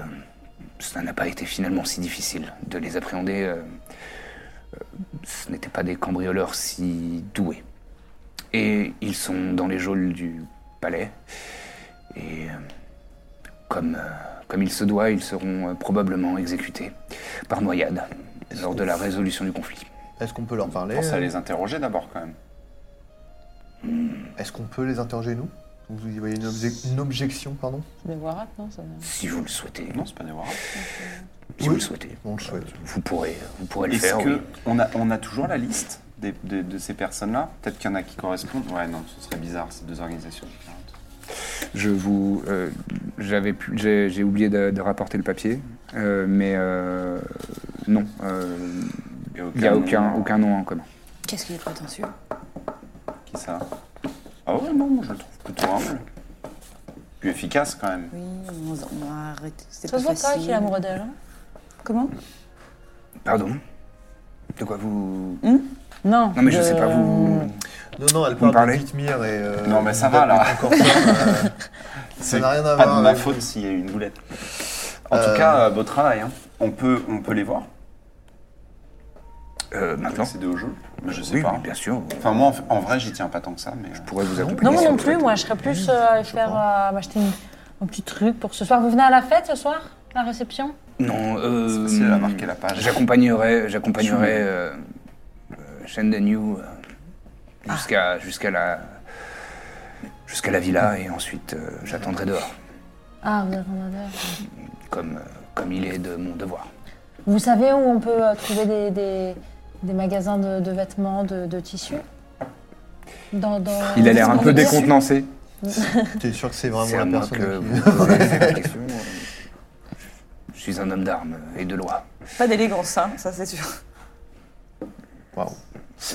S2: ça n'a pas été finalement si difficile de les appréhender. euh, euh, ce n'étaient pas des cambrioleurs si doués. Et ils sont dans les geôles du palais. Et euh, comme, euh, comme il se doit, ils seront euh, probablement exécutés par noyade lors de la résolution du conflit.
S3: Est-ce qu'on peut leur parler
S5: Pensez à les interroger d'abord quand même.
S3: Est-ce qu'on peut les interroger, nous Vous y voyez une, obje- une objection, pardon
S7: C'est des Warat, non ça...
S2: Si vous le souhaitez,
S5: Non, c'est pas des warrants.
S2: si vous le souhaitez,
S3: On le souhaite.
S2: vous pourrez, vous pourrez le
S5: Est-ce
S2: faire.
S5: que
S2: oui.
S5: on, a, on a toujours la liste des- de, de ces personnes-là Peut-être qu'il y en a qui correspondent. Ouais, non, ce serait bizarre, ces deux organisations différentes.
S2: Je vous, euh, j'avais, pu- j'ai, j'ai oublié de, de rapporter le papier, euh, mais euh, non, euh,
S5: Il
S2: il n'y a
S5: nom
S2: aucun, aucun nom en commun.
S7: Qu'est-ce qu'il est prétentieux
S5: Qui ça Ah ouais, non, moi, je le trouve plutôt humble. Puis efficace quand même.
S7: Oui, on, on a arrêté. C'était
S6: Ça
S7: pas
S6: se voit pas
S7: facile.
S6: qu'il est amoureux d'elle. hein.
S7: Comment
S2: Pardon De quoi vous
S7: Non.
S2: Non mais je
S7: de-
S2: sais pas vous.
S3: Non, non, elle
S2: Vous me
S3: parle de
S2: parlez
S3: Dithmir et... euh,
S5: Non, mais ça
S3: d'être
S5: va, là.
S3: encore ça, euh,
S5: C'est
S3: n'a rien à
S5: pas
S3: voir
S5: de ma
S3: avec-
S5: faute s'il y a eu une boulette. En
S3: Euh,
S5: tout cas, euh, beau travail. hein. On, peut, on peut les voir
S2: Euh, maintenant
S5: C'est deux au jeu. Mais je sais
S2: Oui,
S5: pas. hein.
S2: oui, bien sûr.
S5: Enfin, moi, en, en vrai, j'y tiens pas tant que ça, mais. euh,
S2: Je pourrais vous accompagner.
S6: Non, moi
S2: si
S6: non
S2: vous
S6: plus.
S2: souhaitez.
S6: Moi, je serais plus euh, aller
S3: je
S6: faire
S3: crois.
S6: euh, m'acheter une- un petit truc pour ce soir. Vous venez à la fête ce soir La réception
S2: Non. Euh,
S5: C'est facile à marquer la page.
S2: J'accompagnerai, j'accompagnerai euh, euh, Shandon Yu euh, jusqu'à
S6: Ah.
S2: jusqu'à la jusqu'à la villa et ensuite euh, j'attendrai dehors,
S6: Ah, vous attendez. dehors.
S2: comme euh, comme il est de mon devoir.
S6: Vous savez où on peut euh, trouver des, des- des magasins de, de vêtements, de, de tissus Dans- dans-
S2: Il a l'air un
S6: dans
S2: peu
S6: les tissus
S2: décontenancé.
S3: T'es sûr que c'est
S2: C'est
S3: vraiment
S2: à
S3: la
S2: moi
S3: personne
S2: que
S3: qui...
S2: vous posez cette question. Je suis un homme d'armes et de loi.
S4: Pas d'élégance, hein, ça c'est sûr.
S5: Euh,
S3: Waouh.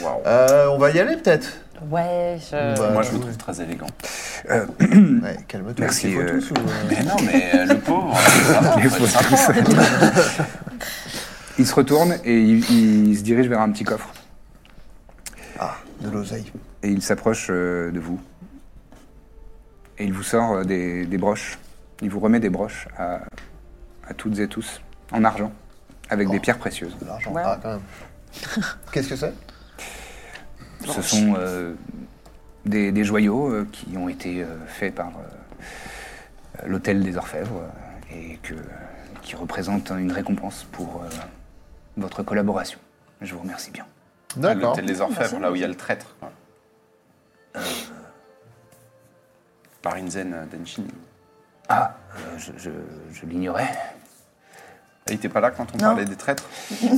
S2: Waouh.
S3: Euh, on va y aller, peut-être
S7: Ouais, je...
S3: Bah,
S5: Moi, je le trouve très élégant.
S3: Ouais, calme-toi.
S2: Merci,
S3: c'est faux
S2: euh,
S3: tous, ou, euh,
S5: Mais non, mais euh, le pauvre, ça va,
S2: Les
S5: faut être
S2: fausses
S5: sympa.
S2: Il se retourne et il, il se dirige vers un petit coffre.
S3: Ah, de l'oseille.
S2: Et il s'approche euh, de vous. Et il vous sort euh, des, des broches. Il vous remet des broches à, à toutes et tous, en argent, avec des pierres précieuses.
S3: De l'argent.
S7: Ouais.
S3: Ah, quand même. Qu'est-ce que c'est
S2: Ce sont euh, des, des joyaux euh, qui ont été euh, faits par euh, l'hôtel des orfèvres euh, et que, qui représentent une récompense pour euh, votre collaboration. Je vous remercie bien.
S3: D'accord.
S5: L'hôtel des orfèvres, là où il y a le traître. quoi. Euh, Par Inzen Denshin.
S2: Ah, euh, je, je, je l'ignorais.
S5: Ah, Il était pas là quand on parlait des traîtres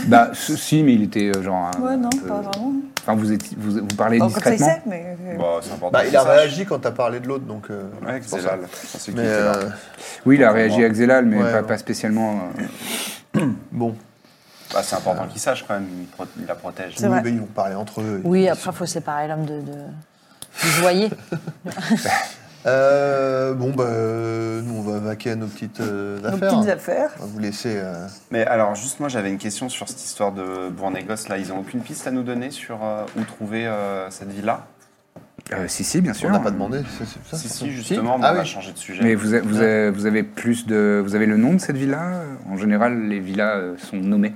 S2: bah, ce- si, mais il était euh, genre. un-
S4: Ouais, non,
S2: un peu-
S4: pas vraiment.
S2: Enfin, vous, étiez- vous, vous parlez
S4: Bon, comme ça, il
S2: discrètement.
S4: sait, mais. euh,
S5: Bah, c'est important.
S3: Bah, il a
S5: qu'ils sachent.
S3: réagi quand t'as parlé de l'autre, donc... euh,
S5: Ouais,
S3: c'est pour
S5: Xelal.
S3: ça.
S5: C'est celui qui
S3: Mais
S5: était là.
S3: euh,
S2: Oui, il a
S5: Pour
S2: réagi
S5: moi.
S2: à Xelal, mais
S3: Ouais,
S2: pas,
S3: ouais.
S2: pas spécialement. euh,
S3: bon,
S5: Bah, c'est important qu'ils sachent quand même, il, pro- il la protège.
S3: oui,
S7: vrai.
S3: mais ils vont parler entre eux.
S7: Oui, après, faut séparer l'homme de... de... du joyer.
S3: Euh, bon, bah, euh, nous, on va vaquer à nos petites euh,
S4: Nos
S3: affaires.
S4: petites affaires.
S3: On va vous laisser... euh,
S5: Mais alors, juste moi, j'avais une question sur cette histoire de Bournégos. Là, ils ont aucune piste à nous donner sur euh, où trouver euh, cette villa
S2: euh, si, si, bien sûr.
S3: On n'a pas demandé, c'est c'est ça
S5: Si, si, justement, mais
S3: Ah
S5: on va
S3: oui.
S5: changer de sujet.
S2: Mais vous, a- vous, a- vous avez plus de. Vous avez le nom de cette villa En général, les villas euh, sont nommées.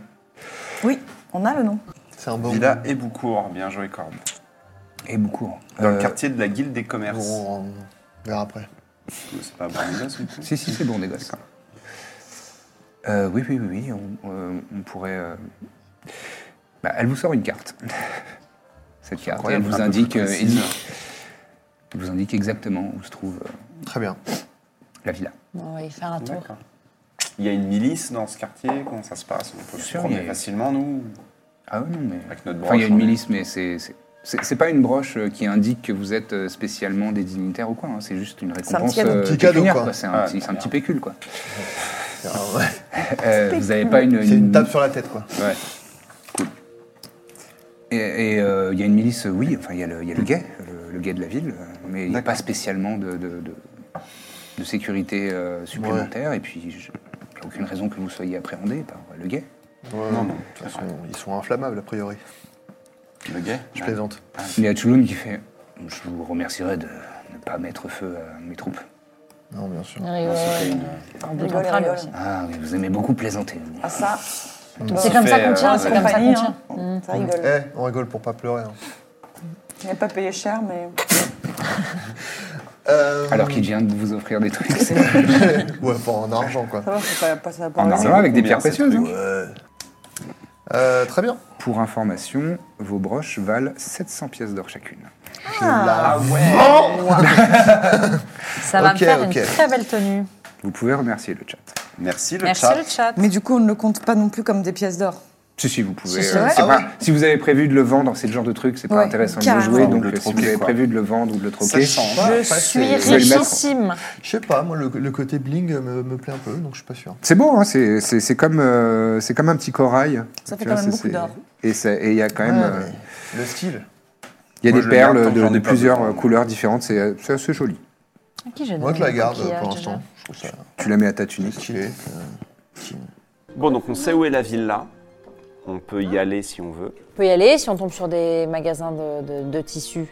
S4: Oui, on a le nom.
S3: C'est un bon...
S5: Villa Eboucourt, bien joué, Corbe.
S2: Et beaucoup.
S5: Dans le
S2: Euh, Oh.
S5: quartier de la Guilde des Commerces.
S3: Bon, on verra après.
S5: C'est pas Bournégos, du coup
S2: Si, si, c'est bon, des gosses. Euh, oui, oui, oui, oui. On, euh, on pourrait. euh, bah, elle vous sort une carte. Cette carte. et elle
S5: incroyable, un
S2: vous
S5: peu
S2: indique.
S5: plus
S2: euh,
S5: précise.
S2: et- elle vous indique exactement où se trouve euh,
S3: Très bien.
S2: la villa.
S7: On va y faire un tour.
S5: D'accord. Il y a une milice dans ce quartier Comment ça se passe On peut se
S2: sûr, il
S5: promener
S2: y a-
S5: facilement, nous
S2: Ah ouais, non, mais.
S5: Avec notre
S2: Enfin, il y a
S5: broche,
S2: une
S5: on est-
S2: milice, mais c'est. c'est- c'est- c'est pas une broche euh, qui indique que vous êtes euh, spécialement des dignitaires ou quoi, hein, c'est juste une
S4: C'est un
S2: récompense.
S4: petit cadeau.
S2: euh,
S3: Petit cadeau,
S2: pécuniaire,
S3: quoi.
S2: C'est un,
S5: Ah,
S2: petit, c'est un petit pécule, quoi.
S3: Ah, ouais.
S2: Euh, vous n'avez pas une.
S3: C'est une tape sur la tête, quoi.
S2: Ouais. Cool. Et- Et euh, il y a une milice, euh, oui, enfin il y a le, il y a le guet, le, le guet de la ville, euh, mais il n'y a pas spécialement de, de- de- de sécurité euh, supplémentaire, et puis je- il n'y a aucune raison que vous soyez appréhendé par le guet.
S3: Non, non. Ils sont, ils sont inflammables, a priori.
S5: Le gay
S3: Je plaisante.
S2: Il y a Chulun qui fait Je vous remercierai de ne pas mettre feu à mes troupes.
S3: Non, bien sûr.
S7: Rigole.
S5: C'était une-
S7: En bout de
S4: Rigole,
S7: ventrale
S4: rigole.
S7: aussi.
S5: Ah oui, vous aimez beaucoup plaisanter.
S4: Ah ça, Euh,
S7: C'est comme ça qu'on tient, c'est comme ça qu'on
S4: compagnie,
S7: tient.
S4: hein. ça rigole.
S3: Eh, on rigole pour pas pleurer. hein.
S4: Il n'a pas payé cher, mais
S3: Euh,
S2: Alors qu'il vient de vous offrir des trucs.
S3: ouais, pas en argent, quoi.
S4: ça va, c'est pas, pas, ça va pas
S2: En
S4: enlever.
S2: argent avec des pierres
S5: Combien, ces
S2: précieuses. hein.
S3: Ouais. Euh, très bien.
S2: Pour information, vos broches valent 700 pièces d'or chacune.
S3: Je
S4: Ah.
S3: la
S7: Ça va
S3: Ok,
S7: me faire
S3: ok.
S7: une très belle tenue.
S2: Vous pouvez remercier le chat.
S5: Merci le
S7: Merci
S5: chat.
S7: le chat.
S4: Mais du coup, on ne le compte pas non plus comme des pièces d'or.
S2: Si, si, vous pouvez.
S7: Si,
S2: euh,
S7: ouais.
S2: c'est
S3: Ah
S2: pas-
S3: ouais.
S2: Si vous avez prévu de le vendre, c'est le genre de truc, c'est pas
S4: Ouais,
S2: intéressant de le
S4: carrément.
S2: jouer.
S5: Ou de
S2: Donc,
S5: le
S2: euh, si vous
S5: troquer,
S2: avez
S5: quoi.
S2: prévu de le vendre ou de le
S5: Ça
S2: troquer,
S5: change.
S7: Je
S3: Après,
S7: suis
S3: c'est-
S2: le mettre.
S7: richissime.
S3: Je sais pas, moi, le, le côté bling euh, me, me plaît un peu, donc je suis pas sûr.
S2: c'est beau, hein, c'est- c'est c'est comme, euh, c'est comme un petit corail.
S4: Ça
S2: Tu
S4: fait quand
S2: vois,
S4: même
S2: c'est-
S4: beaucoup
S2: c'est-
S4: d'or.
S2: Et ça- et il y a quand même.
S3: Ouais,
S2: euh,
S3: mais Le style.
S2: Il y a
S5: Moi,
S2: des
S5: je le garde tant
S2: perles
S5: que
S2: de,
S5: j'en
S2: de
S5: ai pas
S2: plusieurs
S5: besoin.
S2: euh, couleurs différentes, c'est euh, c'est assez joli.
S7: À qui j'ai
S3: Moi,
S7: donné
S3: je la
S7: mon
S3: garde
S7: coquillage,
S3: pour
S7: déjà
S3: l'instant. Je trouve ça
S2: Tu la mets à ta tunique.
S3: stylé. euh,
S5: Bon, donc on sait où est la villa. On peut y aller si on veut.
S7: On peut y aller si on tombe sur des magasins de, de- de tissus.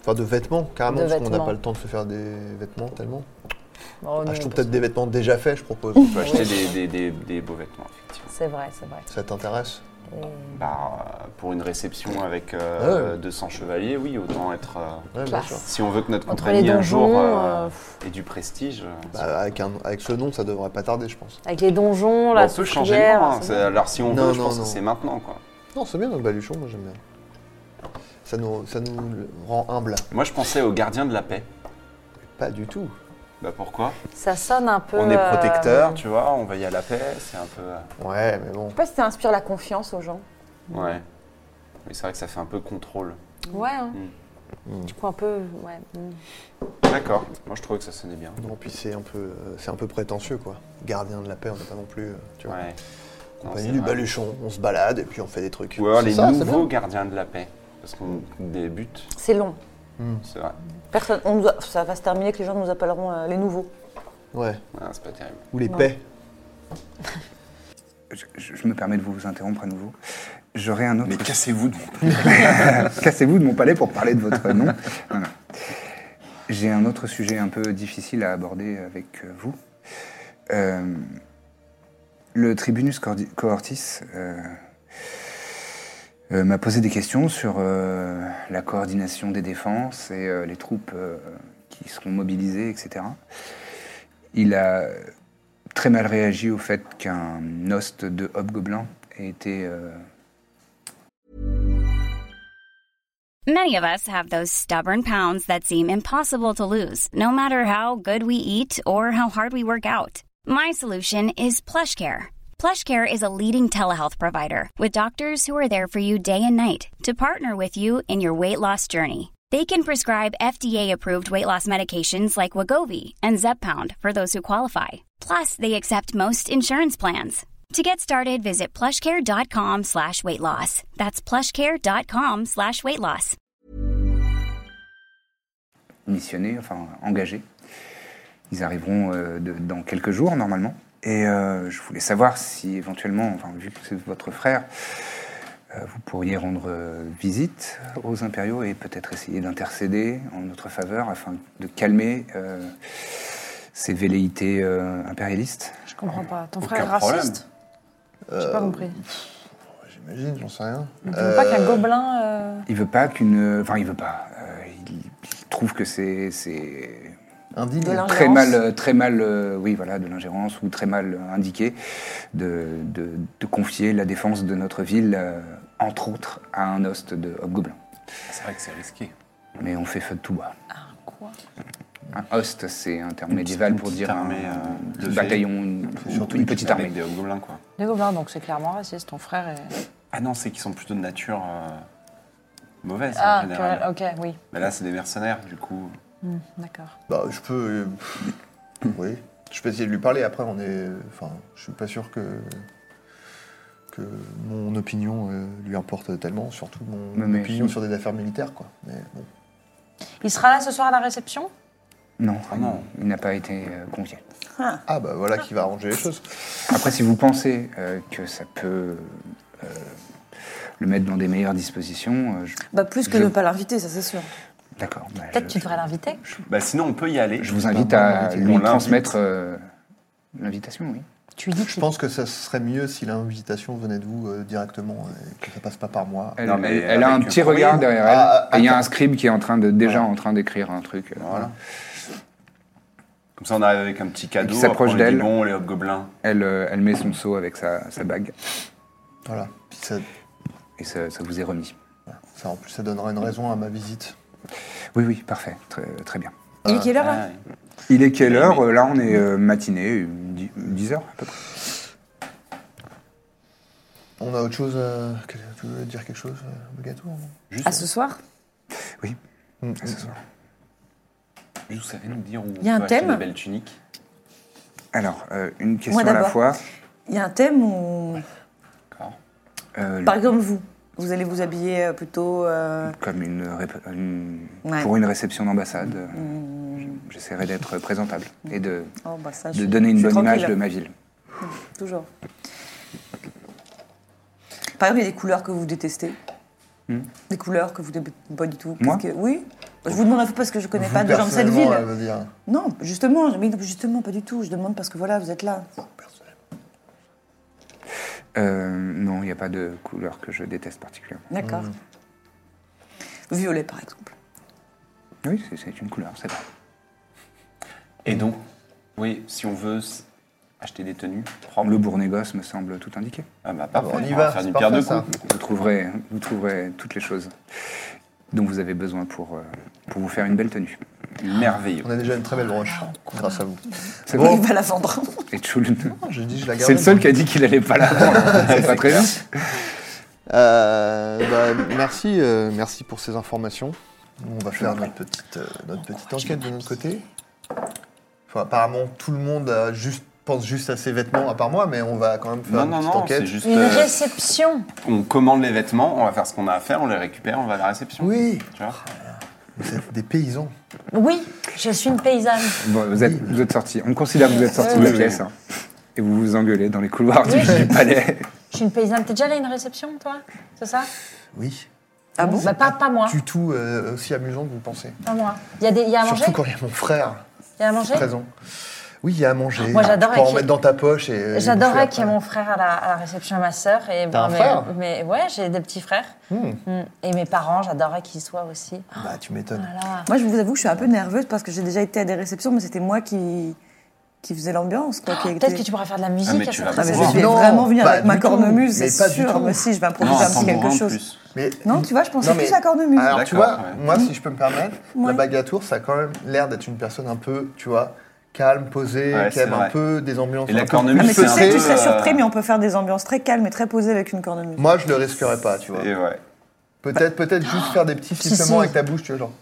S3: Enfin, de vêtements, carrément,
S7: De
S3: Ah, parce qu'on n'a
S7: vêtements. Oh,
S3: pas le temps de se faire des vêtements tellement.
S7: Bon, nous,
S3: Achetons
S7: on peut-
S3: peut-être des vêtements déjà faits, je propose.
S5: On peut acheter des, des- des- des beaux vêtements, effectivement.
S7: C'est vrai, c'est vrai.
S3: Ça t'intéresse
S5: Bah, euh, pour une réception avec
S2: Ah
S5: euh,
S3: Ouais.
S5: 200 chevaliers, oui, autant être. euh,
S3: Ouais, bien
S7: Classe.
S3: sûr.
S5: si on veut que notre
S7: Entre les
S5: compagnie un jour
S7: donjons,
S5: euh,
S7: euh,
S5: ait du prestige. euh,
S3: Bah, avec, un- avec ce nom, ça devrait pas tarder, je pense.
S7: Avec les donjons,
S5: bon,
S7: la
S5: on peut changer le
S7: soufrière,
S5: nom, hein.
S7: c'est
S5: C'est-
S7: bon.
S5: Alors, si on
S3: Non,
S5: veut, je
S3: non,
S5: pense
S3: non.
S5: que c'est maintenant, quoi.
S3: Non, c'est bien notre baluchon, moi j'aime bien. Ça nous, ça nous rend humble.
S5: Moi, je pensais aux gardiens de la paix.
S3: Pas du tout.
S5: Bah, pourquoi
S7: Ça sonne un peu.
S5: On est
S7: euh,
S5: protecteur, tu vois, on veille à la paix, c'est un peu. euh,
S3: Ouais, mais bon.
S8: Je sais pas si ça inspire la confiance aux gens.
S5: Ouais. Mais c'est vrai que ça fait un peu contrôle.
S7: Ouais. hein.
S3: Mm.
S7: Du coup, un peu. Ouais. mm.
S5: D'accord. Moi, je trouvais que ça sonnait bien.
S3: Non, puis c'est un peu, euh, c'est un peu prétentieux, quoi. Gardien de la paix, on n'est pas non plus, euh, tu vois.
S5: Ouais. Non,
S3: Compagnie
S5: c'est
S3: du
S5: vrai.
S3: baluchon, on se balade et puis on fait des trucs.
S5: Ou alors
S3: C'est
S5: les
S3: ça, c'est
S5: nouveaux
S3: bien. Mm.
S5: gardiens de la paix. Parce qu'on débute,
S8: C'est long.
S5: c'est vrai.
S8: Personne, on nous a- ça va se terminer que les gens nous appelleront euh, les nouveaux.
S3: Ouais.
S5: Ouais, c'est pas terrible.
S3: Ou les paix.
S2: Je, je- je me permets de vous interrompre à nouveau. J'aurais un autre.
S5: Mais cassez-vous donc.
S2: Cassez-vous de mon palais pour parler de votre nom. Non, non. J'ai un autre sujet un peu difficile à aborder avec euh, vous. Euh, le tribunus Cordi- cohortis euh, euh, m'a posé des questions sur euh, la coordination des défenses et euh, les troupes euh, qui seront mobilisées, etc. Il a très mal réagi au fait qu'un host de hobgoblin ait été euh,
S9: Many of us have those stubborn pounds that seem impossible to lose, no matter how good we eat or how hard we work out. My solution is PlushCare. PlushCare is a leading telehealth provider with doctors who are there for you day and night to partner with you in your weight loss journey. They can prescribe FDA-approved weight loss medications like Wagovi and Zepbound for those who qualify. Plus, they accept most insurance plans. To get started, visit plushcare.com slash weight loss. That's plushcare.com slash weight loss.
S2: missionnés, enfin engagés. Ils arriveront euh, de- dans quelques jours normalement. Et euh, je voulais savoir si éventuellement, enfin, vu que c'est votre frère, euh, vous pourriez rendre euh, visite aux impériaux et peut-être essayer d'intercéder en notre faveur afin de calmer euh, ces velléités euh, impérialistes.
S7: Je comprends pas. Ton
S5: Aucun
S7: frère est raciste
S3: Euh,
S7: J'ai pas compris.
S3: J'imagine, j'en sais rien.
S7: Tu veux pas qu'un gobelin. euh,
S2: Il veut pas qu'une, enfin il veut pas. Euh, il, il trouve que c'est c'est
S3: Indigne.
S8: De l'ingérence.
S2: très mal, très mal, euh, oui, voilà, de l'ingérence ou très mal euh, indiqué de, de- de confier la défense de notre ville, euh, entre autres, à un host de hobgoblin.
S5: C'est vrai que c'est risqué.
S2: Mais on fait feu de tout bois.
S7: Quoi
S2: Un host, c'est un terme
S5: Une
S2: médiéval
S5: petite-
S2: pour
S5: une
S2: dire
S5: petite
S2: un,
S5: armée, euh,
S2: petit
S5: de fées.
S2: bataillon, une,
S5: Surtout
S2: une petite armée.
S5: Avec des hobgoblins, quoi.
S7: Les gobelins, donc c'est clairement raciste. Ton frère est.
S5: Ah non, c'est qu'ils sont plutôt de nature euh, mauvaise en
S7: Ah,
S5: général.
S7: que- ok, oui.
S5: Mais là, c'est des mercenaires, du coup.
S7: Mm, D'accord.
S3: Bah, je peux. euh, oui. Je peux essayer de lui parler. Après, on est. Enfin, je suis pas sûr que. que mon opinion euh, lui importe tellement. Surtout mon
S2: Non, mais-
S3: opinion sur des affaires militaires, quoi. Mais bon.
S7: Il sera là ce soir à la réception
S2: Non,
S5: Ah non.
S2: il n'a pas été euh, convié.
S3: Ah, bah voilà qui va arranger les choses.
S2: Après, si vous pensez euh, que ça peut euh, le mettre dans des meilleures dispositions, euh, je-
S4: Bah, plus que
S2: Je-
S4: ne pas l'inviter, ça c'est sûr.
S2: D'accord. bah,
S7: Peut-être tu devrais l'inviter.
S5: Bah, sinon, on peut y aller.
S2: Je vous invite à lui transmettre euh, l'invitation, oui.
S7: Tu dis
S3: Je pense que ça serait mieux si l'invitation venait de vous euh, directement et que ça passe pas par moi.
S2: Elle, elle- elle a un Ah, petit regard derrière elle. et il y a un scribe qui est en train de, déjà en train d'écrire un truc. euh,
S5: Voilà. Comme ça, on arrive avec un petit cadeau.
S2: qui s'approche
S5: après, on lui dit
S2: d'elle.
S5: Bon, les hobgoblins.
S2: Elle, euh, elle met son seau avec sa, sa bague.
S3: Voilà. Puis ça,
S2: Et ça, ça vous est remis.
S3: ça, en plus, ça donnera une raison à ma visite.
S2: Oui, oui, parfait. Très, très bien.
S4: Il est quelle heure
S5: Ah,
S4: là
S2: Il est quelle heure Euh, Là, on est euh, matinée, 10h à peu près.
S3: On a autre chose euh, que- Tu veux dire quelque chose, euh, le gâteau
S5: Juste,
S4: À ce soir
S2: Oui,
S3: Mm.
S2: à ce soir.
S5: juste, vous savez nous dire où
S4: Y a
S5: on
S4: un
S5: peut acheter
S4: thème
S5: des belles tuniques
S2: Alors, euh, une question
S4: Moi
S2: à la
S4: d'abord.
S2: fois.
S4: Il y a un thème où,
S5: D'accord.
S2: Euh,
S4: par exemple, vous, vous allez vous habiller euh, plutôt. euh,
S2: Comme une, rép- une-
S4: Ouais. Mm.
S2: pour une réception d'ambassade, euh, j'essaierai d'être présentable et de,
S4: Oh, bah ça, je
S2: de
S4: suis-
S2: donner
S4: je
S2: une
S4: suis
S2: bonne image
S4: tranquille.
S2: de ma ville.
S4: Toujours. Par exemple, il y a des couleurs que vous détestez.
S2: Hmm.
S4: Des couleurs que vous détestez pas du tout.
S2: Moi
S4: Qu'est-ce que- Oui. Je vous demande un peu parce que je connais
S3: Vous,
S4: pas de gens de cette
S3: personnellement,
S4: ville.
S10: euh,
S3: elle veut dire.
S4: Non, justement, mais non, justement, pas du tout. Je demande parce que voilà, vous êtes là.
S2: Euh, non, il n'y a pas de couleur que je déteste particulièrement.
S4: D'accord. Violet, par exemple.
S2: Oui, c'est- c'est une couleur, c'est vrai.
S5: Et donc, oui, si on veut s- acheter des tenues propres.
S2: Le Bourg-Négoce me semble tout indiqué.
S5: Ah bah, parfait,
S3: Ah bah, on y
S5: va
S3: va,
S5: faire
S3: c'est
S5: une pierre de
S3: parfait,
S5: coups.
S2: Vous trouverez, vous trouverez toutes les choses dont vous avez besoin pour, euh, pour vous faire une belle tenue.
S5: Merveilleux.
S3: On a déjà une très belle broche, grâce à vous.
S2: C'est vrai.
S3: Bon.
S4: Il va la vendre.
S2: Et Tchoulun-
S3: J'ai dit, je la garde.
S2: C'est le seul qui a dit qu'il allait pas la prendre. C'est pas très bien.
S3: Euh, bah, merci, euh, merci pour ces informations. Nous, On va faire notre petite, euh, notre petite enquête de notre côté. Enfin, apparemment, tout le monde a juste, pense juste à ses vêtements, à part moi, mais on va quand même faire
S5: Non,
S3: une
S5: non,
S3: petite
S5: non,
S3: enquête.
S5: c'est juste.
S6: Une
S5: euh,
S6: réception
S5: on commande les vêtements, on va faire ce qu'on a à faire, on les récupère, on va à la réception.
S3: Oui,
S5: Tu vois
S3: vous êtes des paysans.
S6: Oui, je suis une paysanne.
S2: Bon, vous êtes, vous êtes sortis. On considère que vous êtes sortis de la
S5: Oui.
S2: pièce. hein. Et vous vous engueulez dans les couloirs du,
S6: Oui.
S2: du palais.
S6: Je suis une paysanne. T'es déjà allée à une réception, toi C'est ça
S3: Oui.
S4: Ah bon
S6: Bah, pas, pas moi.
S3: Du tout euh, aussi amusant que vous pensez.
S6: Pas moi. Il y a, des, il y a à manger
S3: Surtout quand il y a mon frère
S6: Il y a à manger
S3: présent. Oui, il y a à manger.
S6: Moi,
S3: Tu
S6: j'adorerais
S3: peux en
S6: qu'il-
S3: mettre dans ta poche et. euh,
S6: J'adorerais
S3: bouffer
S6: qu'il y ait
S3: après.
S6: mon frère à la, à la réception à ma sœur. Et
S3: T'as un
S6: mais,
S3: frère Hmm.
S6: mais ouais, j'ai des petits frères. Mm. Et mes parents, j'adorerais qu'ils soient aussi.
S3: Bah, tu m'étonnes.
S6: Voilà.
S4: Moi, je vous avoue que je suis un peu nerveuse parce que j'ai déjà été à des réceptions, mais c'était moi qui, qui faisais l'ambiance. quoi, qui
S6: Oh, Peut-être
S4: était-
S6: que tu pourras faire de la musique
S5: Ah, mais
S6: à
S5: tu
S6: cette
S5: vas
S4: Ah, mais je
S5: Wow.
S6: réception.
S4: suis
S3: Non,
S4: vraiment venue
S3: pas
S4: avec ma
S3: du tout.
S4: cornemuse,
S3: Mais
S4: c'est
S3: pas du
S4: sûr.
S3: tout.
S4: Mais si, je vais
S5: Non,
S4: improviser un
S5: attends,
S4: petit quelque
S5: en
S4: chose.
S5: plus.
S3: Mais
S4: Non, tu vois, je pensais
S3: Non, mais-
S4: plus à la cornemuse.
S3: Alors tu vois,
S5: D'accord, ouais.
S3: moi si je peux me permettre,
S4: Ouais.
S3: la bagatour, ça a quand même l'air d'être une personne un peu, tu vois, calme, posée,
S5: Ouais,
S3: qui
S5: c'est
S3: aime
S5: vrai.
S3: un peu des ambiances.
S5: Et la
S3: un peu
S5: cornemuse,
S4: Ah, mais
S5: c'est
S4: tu
S5: un
S4: sais,
S5: peu,
S4: tu serais
S5: euh,
S4: surpris, mais on peut faire des ambiances très calmes et très posées avec une cornemuse.
S3: Moi, je le risquerais pas, tu vois.
S5: Et ouais.
S3: Peut-être, peut-être juste faire des petits
S4: Oh,
S3: sifflements
S6: si.
S3: avec ta bouche, tu vois, genre.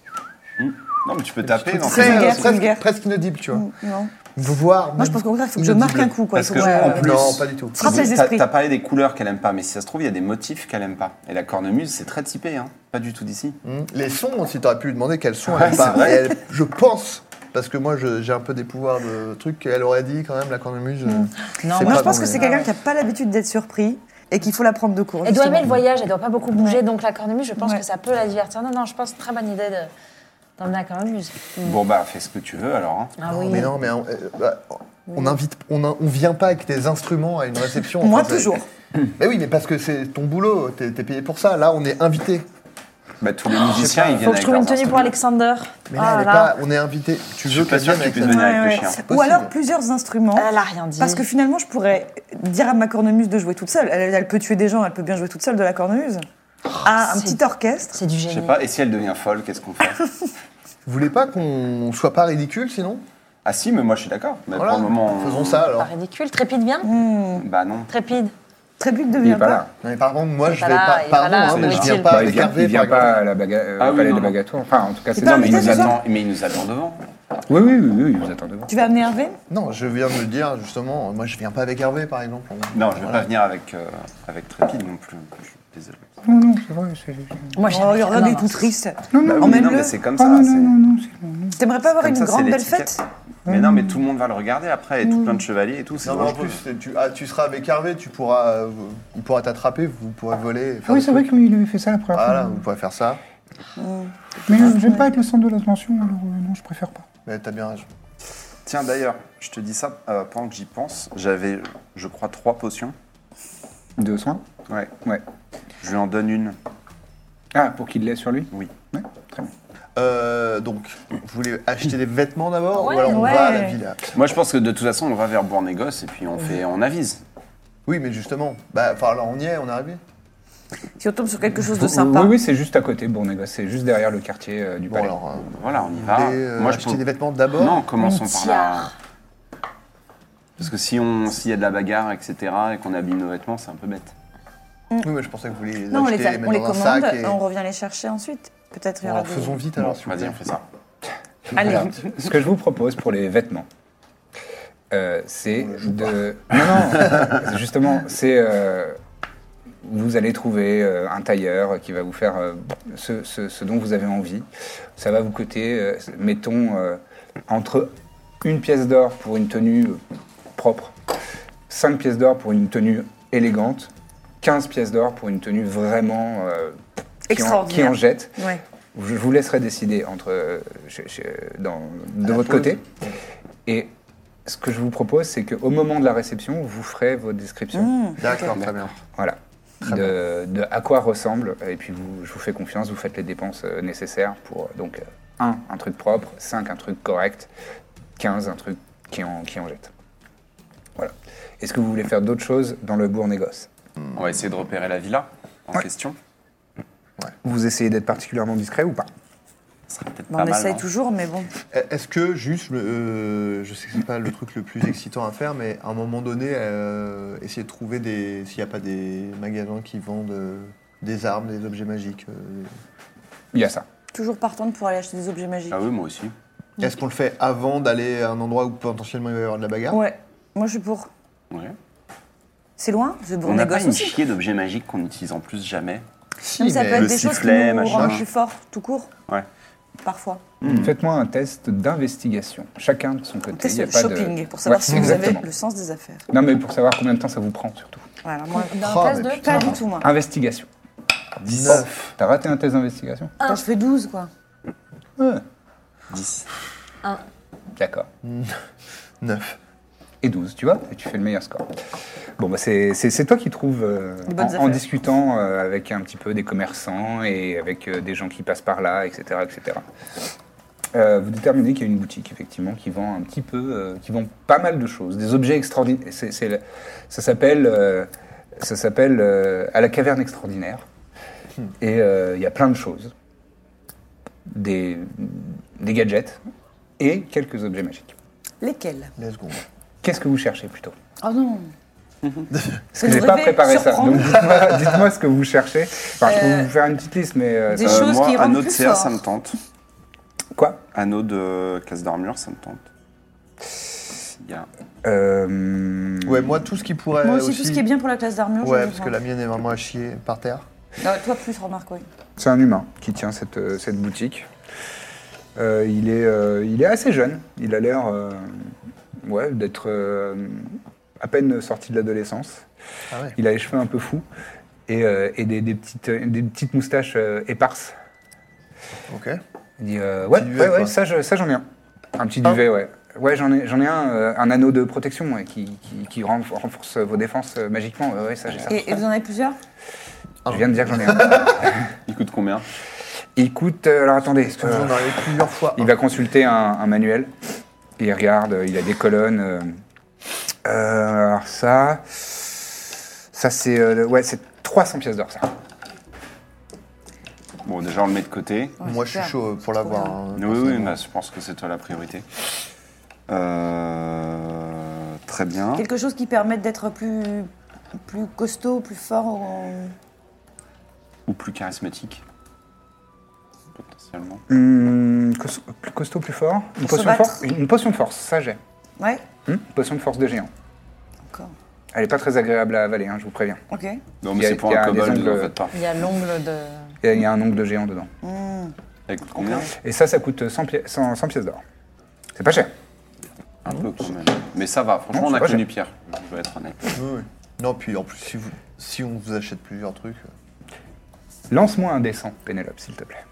S5: Non, mais tu peux taper dans
S3: Très,
S4: c'est
S3: euh,
S4: vulgaire, c'est vulgaire.
S3: presque, presque inaudible, tu vois.
S4: Non.
S3: Voir.
S4: Moi, je pense qu'au contraire, il faut que je marque un coup. Quoi. Il
S5: Parce
S4: faut
S5: que,
S4: que je-
S5: en plus,
S3: Non, pas du tout.
S4: Frappe les
S5: t'as-
S4: esprits.
S5: t'as parlé des couleurs qu'elle aime pas, mais si ça se trouve, il y a des motifs qu'elle aime pas. Et la cornemuse, c'est très typé, hein. Pas du tout d'ici.
S3: Hmm. Les sons aussi, t'aurais pu lui demander quels sons
S5: Ouais,
S3: elle parle.
S5: c'est vrai.
S3: Et elle- je pense, parce que moi je- j'ai un peu des pouvoirs de trucs qu'elle aurait dit quand même, la cornemuse. euh,
S6: Non, moi,
S3: c'est
S4: Mm. Ah, Moi,
S3: pas
S4: je pense
S3: bon,
S4: que
S3: mais-
S4: c'est quelqu'un qui n'a pas l'habitude d'être surpris et qu'il faut la prendre de court.
S6: Elle doit
S4: justement.
S6: aimer le voyage, elle doit pas beaucoup bouger, donc la cornemuse, je pense
S4: Ouais.
S6: que ça peut la divertir. Non, non, je pense très bonne idée de- d'emmener la cornemuse.
S5: Bon, bah, fais ce que tu veux alors. hein.
S6: Ah
S3: Non,
S6: oui.
S3: Mais non, mais on, euh, bah, on invite, on, in- on vient pas avec des instruments à une réception.
S4: Moi,
S3: Enfin, c'est-
S4: toujours.
S3: Mais oui, mais parce que c'est ton boulot, t'es t'es payé pour ça. Là, on est invité.
S5: Bah, tous les musiciens, ils viennent
S6: Faut que
S5: avec
S6: je trouve
S5: leurs
S6: une tenue pour
S5: instruments.
S6: Alexander.
S3: Mais là,
S6: Ah
S3: elle est pas, on est invité. Tu
S5: Je
S3: veux
S5: suis pas
S3: qu'elle
S5: sûr
S3: vienne
S5: que tu
S3: avec
S5: puisses
S3: ça
S5: venir
S4: Ouais,
S5: avec
S4: ouais.
S5: le chien.
S4: Ou
S3: possible.
S4: alors plusieurs instruments.
S6: Elle a rien dit.
S4: Parce que finalement, je pourrais dire à ma cornemuse de jouer toute seule. Elle, elle peut tuer des gens, elle peut bien jouer toute seule de la cornemuse. à un
S6: Oh, c'est-
S4: petit orchestre.
S6: C'est du
S5: Je
S6: génie.
S5: sais pas, et si elle devient folle, qu'est-ce qu'on fait
S3: Vous voulez pas qu'on soit pas ridicule, sinon
S5: Ah si, mais moi je suis d'accord. Mais
S3: Voilà.
S5: pour le moment, on-
S3: Faisons ça
S6: Pas
S3: alors.
S6: ridicule. Trépide bien
S4: Mm.
S5: bah non.
S6: Trépide.
S4: Trébuc ne
S2: Il
S4: vient
S2: est
S4: pas.
S2: pas là.
S3: Non, mais par contre, moi, je
S6: pas
S3: vais
S6: là,
S3: pas.
S6: il est
S3: Pardon,
S6: pas là,
S3: hein, mais
S6: où
S3: je
S6: est-il
S3: viens
S6: Bah,
S2: il
S3: pas avec
S2: vient,
S3: Hervé,
S2: il vient
S3: par
S2: pas
S3: exemple.
S2: à la baga- euh,
S5: Ah
S2: au
S5: oui,
S2: palais
S5: non,
S2: des
S5: non.
S2: Bagatours. Enfin, en tout cas, c'est
S4: pas
S2: non,
S5: mais,
S2: mais
S5: il
S4: invité
S2: ils
S5: nous
S4: ce soir
S5: attend, mais il nous attend devant.
S2: Oui, oui, oui, oui, ils vous attendent devant.
S4: Tu vas amener Hervé
S3: Non, je viens de le dire justement. Moi, je viens pas avec Hervé, par exemple.
S5: Non, je vais
S3: Voilà.
S5: pas venir avec, euh, avec Trépide non plus. Je suis désolé.
S2: Non, non, c'est vrai. c'est-
S6: Moi,
S4: Oh,
S6: j'ai
S4: il regarde,
S6: non,
S4: il est
S6: non.
S4: tout triste.
S5: Bah oui, mais non,
S4: Emmène-le.
S5: mais c'est comme
S2: Ah,
S5: ça.
S2: non,
S5: c'est-
S2: non, non, non, c'est-
S4: T'aimerais pas avoir
S5: comme
S4: une
S5: ça, c'est
S4: grande belle
S5: l'étiquette.
S4: fête
S5: Mais non, mais tout le monde va le regarder après, et tout plein de chevaliers et tout. C'est
S3: Non, mais en
S5: dangereux.
S3: plus, c'est- tu, ah, tu seras avec Hervé, tu pourras, euh, il pourra t'attraper, vous pourrez voler. faire
S2: Oui,
S3: des
S2: c'est vrai
S3: trucs.
S2: qu'il avait fait ça la première
S3: Voilà,
S2: fois.
S3: vous pourrez faire ça.
S2: Mais je vais pas être le centre de l'attention, alors euh, non, je préfère pas.
S3: Mais t'as bien raison.
S5: Tiens, d'ailleurs, je te dis ça euh, pendant que j'y pense. J'avais, je crois, trois potions.
S2: De soins
S5: Ouais.
S2: Ouais.
S5: Je lui en donne une.
S2: Ah, pour qu'il l'ait sur lui
S5: Oui.
S2: Ouais, très bien.
S3: Euh, donc, vous voulez acheter des vêtements d'abord Ou
S6: Ouais,
S3: alors on
S6: ouais.
S3: va à la villa
S5: Moi, je pense que de toute façon, on va vers Bourg-Négoce et puis on fait, on avise.
S3: Oui, mais justement, bah, enfin, là, on y est, on est arrivé.
S4: Si on tombe sur quelque chose de
S2: Oui,
S4: sympa.
S2: Oui, oui, c'est juste à côté, bon négoce, c'est juste derrière le quartier euh, du
S3: Bon,
S2: palais.
S3: alors, euh,
S5: Voilà, on y
S3: vous
S5: va.
S3: voulez euh,
S5: Ah, Moi, je
S3: acheter
S5: peux-
S3: des vêtements d'abord
S5: Non, commençons par là.
S6: tiare.
S5: Parce que si on, s'il y a de la bagarre, etc., et qu'on abîme nos vêtements, c'est un peu bête.
S3: Oui, mais je pensais que vous voulez les
S4: Non, on
S3: acheter,
S4: les, a-
S3: mettre
S4: on les
S3: dans un
S4: commande,
S3: sac et...
S4: on revient les chercher ensuite. Peut-être il y
S3: Bon,
S4: aura
S3: alors,
S4: des...
S3: faisons vite
S5: Bon,
S3: alors, si vous
S5: vas-y, on
S3: voulez.
S5: fait ça.
S4: Allez,
S2: Voilà. Ce que je vous propose pour les vêtements, euh, c'est de. Non, non, justement, c'est. euh, vous allez trouver euh, un tailleur qui va vous faire euh, ce, ce- ce dont vous avez envie. Ça va vous coûter, euh, mettons, euh, entre une pièce d'or pour une tenue euh, propre, 5 pièces d'or pour une tenue élégante, 15 pièces d'or pour une tenue vraiment. euh, qui en- qui
S4: Extraordinaire.
S2: en jette.
S4: Ouais.
S2: Je vous laisserai décider entre, euh, chez- chez- dans- de votre côté. Et ce que je vous propose, c'est qu'au moment de la réception, vous ferez vos descriptions.
S4: Mmh.
S3: D'accord, très bien.
S2: Voilà. De, de à quoi ressemble. Et puis, vous- je vous fais confiance, vous faites les dépenses euh, nécessaires pour, euh, donc, 1, un truc propre, 5, un truc correct, 15, un truc qui en, qui en jette. Voilà. Est-ce que vous voulez faire d'autres choses dans le bourg négoce
S5: On va essayer de repérer la villa en
S2: Ouais.
S5: question.
S2: Vous essayez d'être particulièrement discret ou pas
S5: Ça serait peut-être
S4: Bah,
S5: pas
S4: on
S5: mal,
S4: essaye
S5: hein.
S4: toujours, mais bon.
S3: E- Est-ce que juste, je me- euh, je sais que c'est pas le truc le plus excitant à faire, mais à un moment donné, euh, essayer de trouver des, s'il n'y a pas des magasins qui vendent euh, des armes, des objets magiques. euh,
S2: Il y a ça.
S4: Toujours partante pour aller acheter des objets magiques.
S5: Ah oui, moi aussi.
S3: Est-ce qu'on le fait avant d'aller à un endroit où potentiellement il va y avoir de la bagarre
S4: Ouais, moi je suis pour.
S5: Ouais.
S4: C'est loin C'est bon,
S5: On n'a pas
S4: négocie
S5: une
S4: aussi.
S5: chier d'objets magiques qu'on n'utilise en plus jamais.
S3: Si,
S4: Non, mais ça peut
S3: mais
S4: être
S5: le
S4: des choses qui
S5: sifflet,
S4: nous rendent
S5: machin.
S4: plus forts, tout court.
S5: Ouais.
S4: Parfois.
S2: Faites-moi un test d'investigation, chacun de son côté.
S4: Un test
S2: Il y a
S4: de
S2: pas de-
S4: shopping, pour savoir
S2: Ouais,
S4: si vous avez
S2: exactement.
S4: le sens des affaires.
S2: Non, mais pour savoir combien de temps ça vous prend, surtout.
S4: Voilà, moi,
S6: Dans
S3: Oh,
S6: la place
S3: mais
S6: de
S4: pas du tout, moi.
S2: Investigation.
S3: 19.
S2: T'as raté un test d'investigation
S6: Ah.
S4: Attends, je fais 12, quoi.
S2: Ouais.
S5: 10.
S2: D'accord.
S3: 9.
S2: Et 12, tu vois Et tu fais le meilleur score. Bon, bah, c'est c'est- c'est toi qui trouves, euh,
S4: Les bonnes
S2: en- en,
S4: affaires.
S2: discutant euh, avec un petit peu des commerçants et avec euh, des gens qui passent par là, etc. etc. Euh, vous déterminez qu'il y a une boutique, effectivement, qui vend un petit peu, euh, qui vend pas mal de choses, des objets extraordinaires. C'est- c'est le- ça s'appelle, euh, ça s'appelle euh, à la caverne extraordinaire.
S4: Hmm.
S2: Et euh, il y a plein de choses, des, des gadgets et quelques objets magiques.
S4: Lesquels
S3: Let's go.
S2: Qu'est-ce que vous cherchez plutôt
S6: Oh non
S2: Parce que j'ai pas préparé ça.
S4: surprendre.
S2: Donc dites-moi, dites-moi ce que vous cherchez. Enfin, je peux vous faire une petite liste, mais euh,
S4: des
S2: ça-
S4: choses
S5: moi,
S4: qui
S5: un
S4: rendent
S5: autre
S4: plus
S5: CA,
S4: fort.
S5: ça me tente.
S2: quoi
S5: Anneau de classe d'armure, ça me tente. Il y a
S2: Euh,
S3: Ouais, moi, tout ce qui pourrait.
S4: Moi aussi, tout ce qui est bien pour la classe d'armure,
S3: Ouais,
S4: je
S3: parce que la mienne est vraiment à chier par terre.
S4: Toi plus, remarque, oui.
S2: C'est un humain qui tient cette, euh, cette boutique. Euh, il, est, euh, il est assez jeune. Il a l'air euh, ouais, d'être euh, à peine sorti de l'adolescence.
S3: Ah ouais.
S2: Il a les cheveux un peu fous et, euh, et des, des petites, des petites moustaches euh, éparses.
S3: Ok.
S2: Il dit euh, ouais,
S3: duvet,
S2: ouais, ouais,
S3: quoi. Ah.
S2: ça, je- ça, j'en ai un. Un petit duvet, ouais. Ouais, j'en ai, j'en ai un, euh, un anneau de protection ouais, qui, qui, qui renf- renforce vos défenses euh, magiquement. Ouais, ouais, ça, j'ai
S5: Ah,
S2: ça.
S4: Et, et vous en avez plusieurs
S2: Je viens de dire que j'en ai un.
S5: Il coûte combien
S2: Il coûte. euh, alors attendez.
S3: Parce que nous,
S2: euh,
S3: on en avait plusieurs fois.
S2: il va consulter un, un manuel. Il regarde, euh, il a des colonnes. euh, euh, alors ça. Ça, c'est. euh, ouais, c'est 300 pièces d'or, ça.
S5: Bon, déjà, on le met de côté.
S4: Ouais,
S3: Moi, je
S4: super.
S3: suis chaud pour l'avoir. hein,
S5: Oui, oui,
S3: personnellement.
S5: bah, je pense que c'est toi la priorité. Euh, très bien.
S4: Quelque chose qui permette d'être plus, plus costaud, plus fort. en-
S5: Ou plus charismatique. Potentiellement.
S2: Hum, cos- plus costaud, plus fort. Une
S4: Pour se
S2: potion de force,
S4: battre.
S2: une potion de force, ça j'ai.
S4: Ouais
S2: Hum, potion de force de géant.
S4: Encore.
S2: Elle est pas très agréable à avaler, hein, je vous préviens.
S4: Ok.
S5: Non,
S2: Il y
S5: mais
S2: a-
S5: c'est pour
S2: il y
S5: un
S2: a des
S5: kobold,
S2: angles-
S5: en fait, pas.
S7: Il y a l'ongle de.
S2: Il y a- il y a un ongle de géant dedans.
S5: Elle coûte combien
S2: Et ça, ça coûte 100, pi- 100 100 pièces d'or. C'est pas cher.
S5: Un peu quand même. Mais ça va, franchement,
S2: Non,
S5: on
S2: c'est
S5: a
S2: pas
S5: connu Pierre. Je vais être honnête.
S3: Oui, oui. Non, puis en plus, si, vous- si on vous achète plusieurs trucs. euh,
S2: Lance-moi un dessin, Pénélope, s'il te plaît.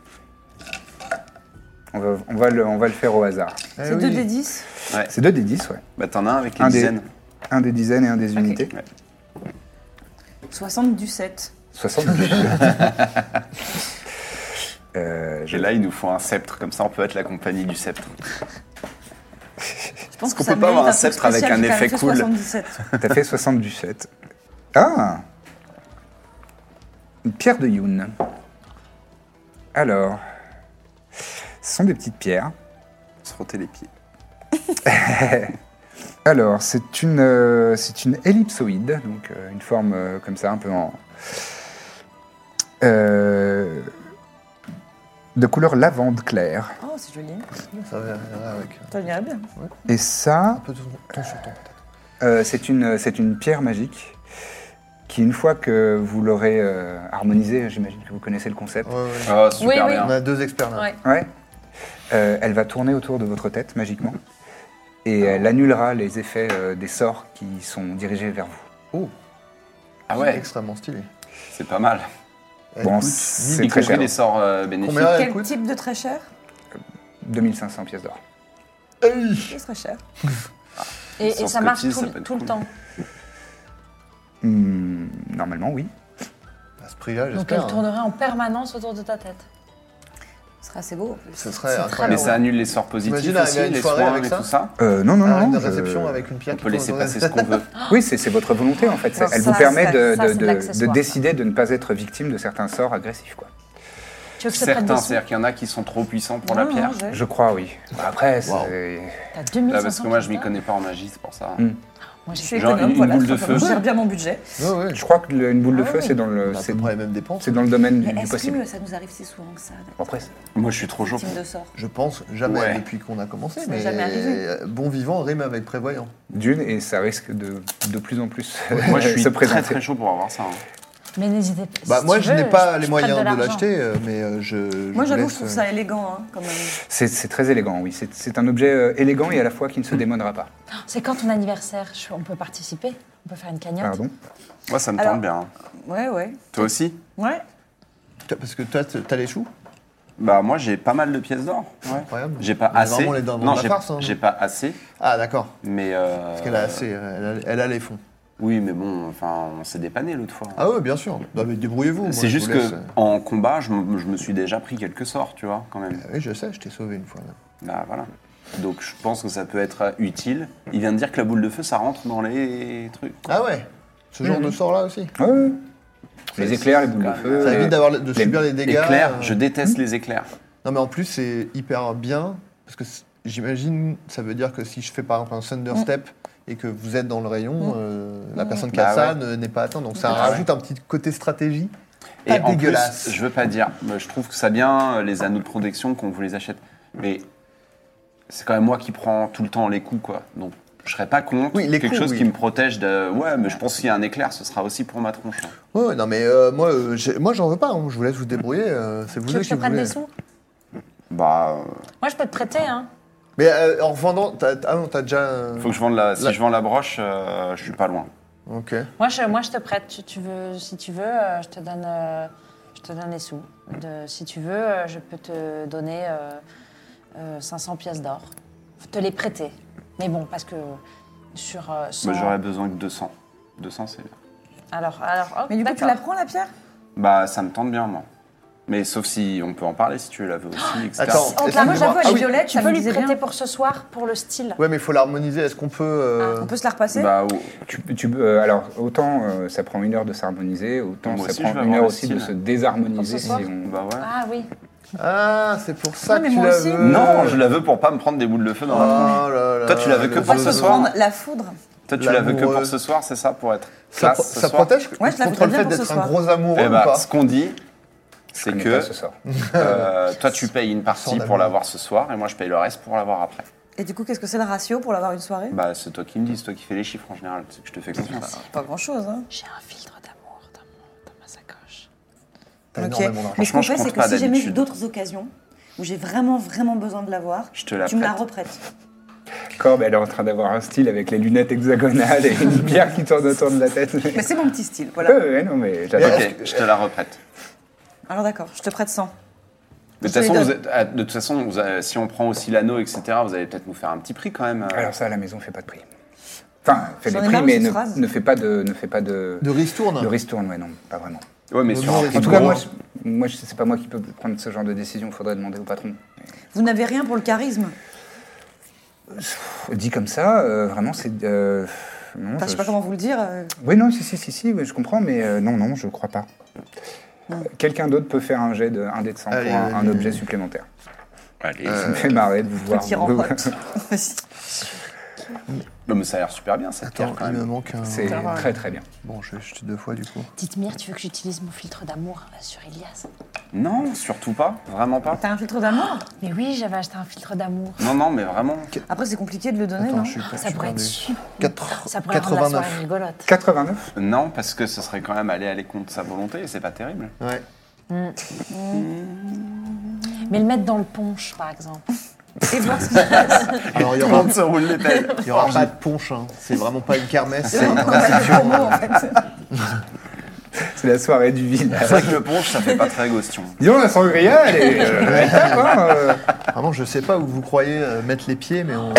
S2: On va, on va le, on va le faire au hasard.
S4: C'est deux des 10
S2: C'est 2 des 10, ouais.
S5: Bah, t'en as un avec les
S2: Un des-
S5: dizaines.
S2: Un des dizaines et un des unités.
S4: 60 du 7.
S2: 70. Euh,
S5: Et là, il nous faut un sceptre, comme ça on peut être la compagnie du sceptre.
S4: Je pense
S5: Est-ce qu'on peut pas avoir un sceptre avec un effet cool
S2: T'as fait 77. Ah Une pierre de Youn. Alors, ce sont des petites pierres.
S5: Se frotter les pieds.
S2: Alors, c'est une, euh, c'est une ellipsoïde, donc euh, une forme euh, comme ça, un peu en. euh, de couleur lavande claire.
S4: Oh, c'est joli.
S3: Ça va rien avec.
S4: T'en irais bien.
S2: Et ça,
S3: Un peu de ton sur ton peut-être.
S2: euh, c'est une, c'est une pierre magique qui, une fois que vous l'aurez euh, harmonisée, j'imagine que vous connaissez le concept,
S3: Ouais, ouais.
S5: Ah, super
S7: Oui, oui.
S5: bien.
S3: On a deux experts là.
S7: Ouais.
S2: Ouais. Euh, elle va tourner autour de votre tête magiquement et
S3: Ah.
S2: elle annulera les effets euh, des sorts qui sont dirigés vers vous.
S5: Ah ouais,
S3: Extrêmement stylé.
S5: c'est pas mal.
S3: Elle
S2: Bon,
S3: coûte
S2: c'est
S5: Y
S2: très
S5: compris
S2: cher.
S5: les sorts euh, bénéfiques.
S3: Combien elle
S4: Quel
S3: coûte
S4: type de très cher
S2: 2500 pièces d'or.
S3: Aïe.
S4: Ce serait cher.
S7: Et,
S5: Sans
S7: et ça marche
S5: scotise,
S7: tout,
S5: ça
S7: le-
S5: peut être
S7: tout le
S5: cool.
S7: temps.
S2: Hmm, normalement, oui.
S3: À ce prix-là,
S7: Donc
S3: j'espère.
S7: elle
S3: hein.
S7: tournerait en permanence autour de ta tête.
S4: Ce serait assez beau en plus.
S3: Ce serait
S5: Mais
S3: incroyable.
S5: ça annule les sorts positifs
S3: Imagine arriver à
S5: aussi,
S3: une
S5: les
S3: soirée
S5: soins
S3: avec
S5: et
S3: ça.
S5: tout ça.
S2: Euh, non, non,
S3: Ah,
S2: non.
S3: une
S2: je-
S3: réception avec une pierre
S5: On
S3: qui
S5: peut laisser
S3: tourne dans
S5: passer
S3: la-
S5: ce qu'on veut.
S2: Oui, c'est c'est votre volonté en fait. C'est-
S7: Ça,
S2: Elle vous permet
S7: ça,
S2: de,
S7: ça,
S2: de-
S7: c'est de
S2: de-
S7: l'accessoire,
S2: de
S7: ça.
S2: décider de ne pas être victime de certains sorts agressifs. Quoi.
S7: Tu veux que je te prête
S5: Certains,
S7: dessus
S5: c'est-à-dire qu'il y en a qui sont trop puissants pour la
S4: Non,
S5: pierre.
S4: non, j'ai-
S2: Je crois, oui. Bah, Après, c'est-
S7: T'as 2500
S5: Là, parce que moi, je m'y
S7: pièces
S5: connais pas en magie, c'est pour ça.
S2: Mm.
S7: Moi,
S4: Je
S7: j'ai-
S4: suis
S5: Genre
S4: économe,
S5: une- une
S4: voilà.
S5: boule de
S4: je
S5: feu.
S4: gère bien mon budget.
S3: Ouais, ouais.
S2: je crois que le- une boule de
S7: Ah
S2: feu,
S7: oui.
S2: c'est dans, le-
S3: On
S5: Bah,
S3: a à
S2: c'est-
S3: peu près les mêmes dépenses.
S2: c'est dans le domaine du,
S4: Mais
S2: du
S4: est-ce
S2: possible.
S4: que ça nous arrive si souvent que ça
S2: Bon, Après, c'est-
S5: Moi, je suis trop chaud.
S4: Team de sort.
S3: Je pense jamais
S5: Ouais.
S3: depuis qu'on a commencé,
S4: Ça m'est
S3: mais
S4: jamais arrivé.
S3: euh, bon vivant rime avec prévoyant.
S2: d'une, et ça risque de, de plus en plus
S5: Moi, je suis
S2: se
S5: très
S2: présenter.
S5: très chaud pour avoir ça. hein.
S7: Mais n'hésitez pas.
S3: Bah,
S7: si
S3: moi,
S7: tu
S3: je
S7: veux,
S3: n'ai pas les
S7: je
S3: moyens
S7: prête
S3: de,
S7: l'argent.
S3: l'acheter, euh, mais euh, je, je.
S4: Moi,
S3: vous
S4: j'avoue,
S3: laisse,
S4: je trouve
S3: euh,
S4: ça élégant, hein, quand même.
S2: C'est c'est très élégant, oui. C'est- C'est un objet euh, élégant et à la fois qui ne se
S5: Mm.
S2: démodera pas.
S7: C'est quand ton anniversaire Je- On peut participer On peut faire une cagnotte
S2: Pardon
S5: Moi, ça me
S4: Alors-
S5: tente bien. hein.
S4: Ouais, ouais.
S5: Toi aussi
S4: Ouais.
S3: t'as- Parce que toi, t'as t'as les choux
S5: Bah, moi, j'ai pas mal de pièces d'or. Ouais.
S3: Incroyable.
S5: J'ai pas
S3: On est
S5: assez.
S3: Vraiment les dindons
S5: Non,
S3: de
S5: j'ai
S3: la farce. hein.
S5: j'ai pas assez,
S3: Ah, d'accord.
S5: mais. euh,
S3: Parce qu'elle a assez. euh, Elle a, elle a les fonds.
S5: Oui, mais bon, enfin, on s'est dépanné l'autre fois.
S3: Ah, ouais, bien sûr. Bah, mais débrouillez-vous. moi,
S5: C'est
S3: je
S5: juste
S3: vous
S5: que
S3: laisse, euh.
S5: en combat, je, m- je me suis déjà pris quelques sorts, tu vois, quand même.
S3: Ah Oui, je sais, je t'ai sauvé une fois. là.
S5: Bah, voilà. Donc je pense que ça peut être euh, utile. Il vient de dire que la boule de feu, ça rentre dans les trucs. quoi.
S3: Ah, ouais Ce genre de sort-là aussi
S2: Ouais, ouais. Les éclairs, les boules de feu. euh,
S3: Ça évite d'avoir- de
S2: les-
S3: subir les dégâts.
S5: éclairs,
S3: euh,
S5: je déteste les éclairs.
S3: Non, mais en plus, c'est hyper bien. Parce que c'est- j'imagine, ça veut dire que si je fais par exemple un Thunder Step et que vous êtes dans le rayon, euh, la
S10: Mhm.
S3: personne qui a
S5: Bah
S3: ça
S5: ouais.
S3: ne- n'est pas atteinte. Donc ça
S5: Ah ouais.
S3: rajoute un petit côté stratégie.
S5: Et
S3: Pas
S5: en plus,
S3: dégueulasse.
S5: je veux pas dire, mais je trouve que ça bien euh, les anneaux de protection qu'on vous les achète. Mais c'est quand même moi qui prends tout le temps les coups, quoi. Donc je serais pas contre
S3: Oui, les
S5: quelque
S3: coups,
S5: chose
S3: oui.
S5: qui me protège de. Ouais, mais je pense qu'il y a un éclair, ce sera aussi pour ma tronche. hein.
S3: Ouais, ouais, non, mais euh, moi, euh, j'ai- moi j'en veux pas. hein. Je vous laisse vous débrouiller. euh, c'est vous
S7: Tu veux
S3: deux
S7: que je
S3: qui
S7: te prête
S3: voulez.
S7: des sous
S5: Bah,
S7: Moi, je peux te prêter, hein.
S3: Mais euh, en revendant. t'as- Ah non, t'as déjà. euh,
S5: euh, faut que je vende la. Si
S3: Là-
S5: je vends la broche, euh, je suis pas loin.
S3: Ok.
S7: Moi, je, moi, je te prête. Tu, tu veux, si tu veux, euh, je te donne, euh, je te donne les sous. De- si tu veux, euh, je peux te donner euh, euh, 500 pièces d'or. Faut Te les prêter. Mais bon, parce que sur euh,
S5: Bah,
S7: 100...
S5: J'aurais besoin que 200. 200, c'est bien.
S7: Alors, alors, hop,
S4: Mais du coup, tu
S7: d'accord.
S4: la prends, la pierre
S5: Bah, ça me tente bien, moi. Mais sauf si on peut en parler si tu la veux aussi, etc.
S3: Attends.
S7: Oh,
S3: Excuse-moi.
S7: Clara, j'avoue, elle
S3: Ah
S7: est
S3: oui.
S7: violette,
S4: Tu
S7: tu
S4: peux
S7: peux
S4: lui
S7: lui prêter
S4: prêter
S7: pour ce soir, pour le style.
S3: Ouais, mais il faut l'harmoniser. Est-ce qu'on peut. euh,
S4: On peut se la repasser
S5: Bah, ou-
S2: Tu, tu- euh, alors, autant euh, ça prend une heure de s'harmoniser, autant
S5: Moi
S2: ça
S5: aussi, je
S2: prend
S5: vais
S2: une
S5: avoir
S2: heure
S5: le
S2: aussi de
S5: style.
S2: se désharmoniser.
S7: Pour ce
S2: Si
S7: soir
S2: on...
S5: bah ouais.
S7: Ah oui.
S3: Ah, c'est pour ça
S4: Non,
S3: que
S4: mais
S3: tu
S4: moi
S3: la
S4: aussi.
S3: veux.
S5: Non, je la veux pour pas me prendre des boules de feu dans
S3: Oh
S5: la tronche.
S3: là là.
S5: Toi, tu la veux que
S3: le
S5: pour
S3: zozo.
S5: ce soir
S4: Prendre La foudre.
S5: Toi, tu la veux que pour
S3: L'amoureux.
S5: ce soir, c'est ça Pour être
S3: Ça,
S5: classe ce
S3: ça
S5: soir
S3: protège
S4: Ouais, je la
S3: contre le
S4: voudrais bien
S3: fait
S4: pour ce
S3: d'être un
S4: soir.
S3: gros amoureux
S5: Eh
S3: ou
S5: bah,
S3: pas
S5: ce qu'on dit, c'est
S2: connaît
S5: que
S2: pas ce sort.
S5: euh, toi, tu payes une
S3: Sort
S5: partie
S3: d'amour.
S5: pour l'avoir ce soir et moi, je paye le reste pour l'avoir après.
S4: Et du coup, qu'est-ce que c'est le ratio pour l'avoir une soirée
S5: Bah, c'est toi qui me dis, c'est toi qui fais les chiffres en général. C'est que je te fais confiance.
S4: Pas grand-chose, hein.
S7: J'ai un filtre d'amour dans, mon- dans ma sacoche.
S3: T'as
S4: Ok.
S3: énormément d'argent.
S4: Mais ce qu'on
S5: Franchement, je
S4: fait, c'est
S5: compte
S4: que
S5: pas
S4: si jamais j'ai
S5: d'habitude.
S4: d'autres occasions où j'ai vraiment, vraiment besoin de l'avoir,
S5: Je te la
S4: tu me la
S5: prête.
S4: reprêtes.
S2: Corbe, elle est en train d'avoir un style avec les lunettes hexagonales et une pierre qui tourne autour de la tête. Euh,
S4: Mais c'est mon petit style,
S2: Ouais,
S4: voilà.
S2: ouais, non, mais j'adore.
S5: Ok, je te la reprête.
S4: Alors d'accord, je te prête 100.
S5: De toute
S4: Je te les
S5: façon, vous
S4: donne.
S5: êtes- ah, de toute façon vous avez- si on prend aussi l'anneau, etc., vous allez peut-être nous faire un petit prix quand même. euh.
S2: Alors ça, à la maison, fait pas de prix. Enfin, fait
S4: J'en
S2: des
S4: ai
S2: prix,
S4: marre de
S2: mais
S4: cette
S2: ne,
S4: phrase.
S2: ne fait pas de, ne fait pas de.
S3: De ristourne
S2: De ristourne, ouais, non, pas vraiment.
S5: Ouais, mais
S3: Bon,
S5: sur
S3: non,
S5: un
S3: mais
S5: prix
S2: En
S3: Et
S2: tout
S5: de
S2: cas,
S3: pour-
S2: moi, je- moi, je- c'est pas moi qui peux prendre ce genre de décision. Faudrait demander au patron.
S4: Vous n'avez rien pour le charisme
S2: Dit comme ça, euh, vraiment, c'est. euh, non,
S4: Enfin, Je sais pas comment vous le dire. euh,
S2: Oui, non, si, si, si, si, oui, je comprends, mais euh, non, non, je crois pas.
S4: Hmm.
S2: Quelqu'un d'autre peut faire un jet de un dé de 100
S3: Allez,
S2: pour un, un
S3: allez. Euh,
S2: objet supplémentaire.
S5: Allez.
S2: Ça me fait marrer de vous voir.
S4: Qui remporte. Vas-y.
S5: Non, mais ça a l'air super bien cette
S3: Attends,
S5: pierre quand
S3: il me
S5: même.
S3: manque un.
S2: C'est très très bien.
S3: euh,
S5: Eh
S3: Bon, je vais jeter deux fois du coup.
S7: Dites Mire, tu veux que j'utilise mon filtre d'amour euh, sur Elias
S5: Non, surtout pas, vraiment pas.
S4: T'as un filtre d'amour
S7: Mais oui, j'avais acheté un filtre d'amour.
S5: Non, non, mais vraiment.
S4: Après, c'est compliqué de le donner,
S3: Attends,
S4: non
S3: je suis pas. je
S7: Ça
S3: suis
S7: pourrait être
S3: perdu.
S7: super.
S3: Quatre-
S7: Ça pourrait rendre la soirée
S3: 89.
S7: rigolote.
S2: 89
S5: Non, parce que ce serait quand même aller aller contre sa volonté et c'est pas terrible.
S3: Ouais.
S7: Mais le mettre dans le punch, par exemple.
S4: Et voir ce qui se passe.
S3: Alors, il y aura,
S5: se roule les têtes.
S3: il y aura pas de ponche, hein. c'est vraiment pas une kermesse.
S4: On
S3: c'est-
S4: va faire le promo, en fait.
S2: C'est la soirée du village.
S5: C'est vrai que le ponche, ça fait pas très gostion.
S2: Dis donc, la sangria, elle est. euh, elle est top, hein, euh.
S3: Vraiment, je sais pas où vous croyez euh, mettre les pieds, mais on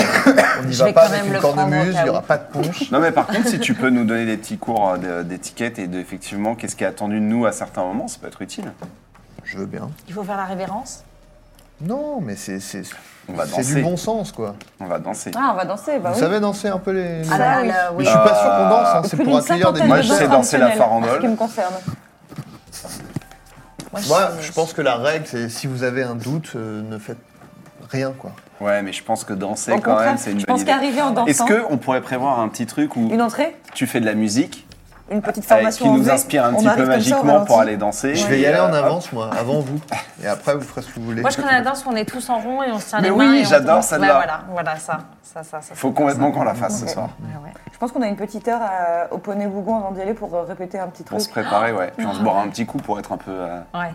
S3: n'y
S7: Je
S3: va
S7: vais
S3: pas
S7: quand
S3: avec
S7: même
S3: une
S7: le prendre au
S3: cornemuse,
S7: cas
S3: il n'y aura
S7: où.
S3: pas de ponche.
S5: Non mais par contre, si tu peux nous donner des petits cours euh, de- d'étiquette et de, effectivement qu'est-ce qui est attendu de nous à certains moments, ça peut être utile.
S3: Je veux bien.
S7: Il faut faire la révérence.
S3: Non, mais c'est c'est-
S5: On va
S3: c'est
S5: danser.
S3: du bon sens, quoi.
S5: On va danser.
S8: Ah, on va danser, bah
S3: vous
S8: oui.
S3: savez danser un peu les.
S8: Ah bah oui.
S3: Mais je suis pas sûr qu'on danse,
S7: Euh,
S3: hein, c'est
S8: Plus
S3: pour
S8: d'une
S3: accueillir des
S8: cinquantaine
S5: Moi,
S8: de
S5: je sais
S8: danses
S5: danser la
S8: traditionnelles,
S5: farandole.
S8: en Ce qui me concerne.
S7: Moi,
S3: Moi, je pense que la règle, c'est si vous avez un doute, euh, ne faites rien, quoi.
S5: Ouais, mais je pense que danser
S8: Au
S5: quand
S8: contraire,
S5: même, c'est une
S8: je
S5: bonne
S8: pense
S5: idée.
S8: qu'arriver en dansant,
S5: Est-ce que on pourrait prévoir un petit truc où
S8: une entrée,
S5: tu fais de la musique
S8: une petite
S5: euh,
S8: formation
S5: qui
S8: en
S5: nous
S8: V.
S5: inspire un
S4: on
S5: petit
S4: arrive
S5: peu
S4: comme ça au
S5: magiquement pour
S4: ralenti.
S5: aller danser
S3: Je vais y aller
S5: euh,
S3: en
S5: hop.
S3: avance, moi, avant vous. Et après, vous ferez ce que vous voulez.
S7: Moi, je connais la danse où on est tous en rond et on se tient
S5: Mais
S7: les
S5: oui,
S7: mains. et on
S5: j'adore
S7: danse.
S5: celle-là.
S7: Ouais, voilà, voilà, ça. Ça, ça, ça.
S5: Faut complètement qu'on la fasse ce soir.
S8: Je pense qu'on a une petite heure euh, au Poney Bougon avant d'y aller pour euh, répéter un petit
S5: On
S8: truc.
S5: se préparer, ouais. Puis on se boira un petit coup pour être un peu. euh,
S7: Ouais.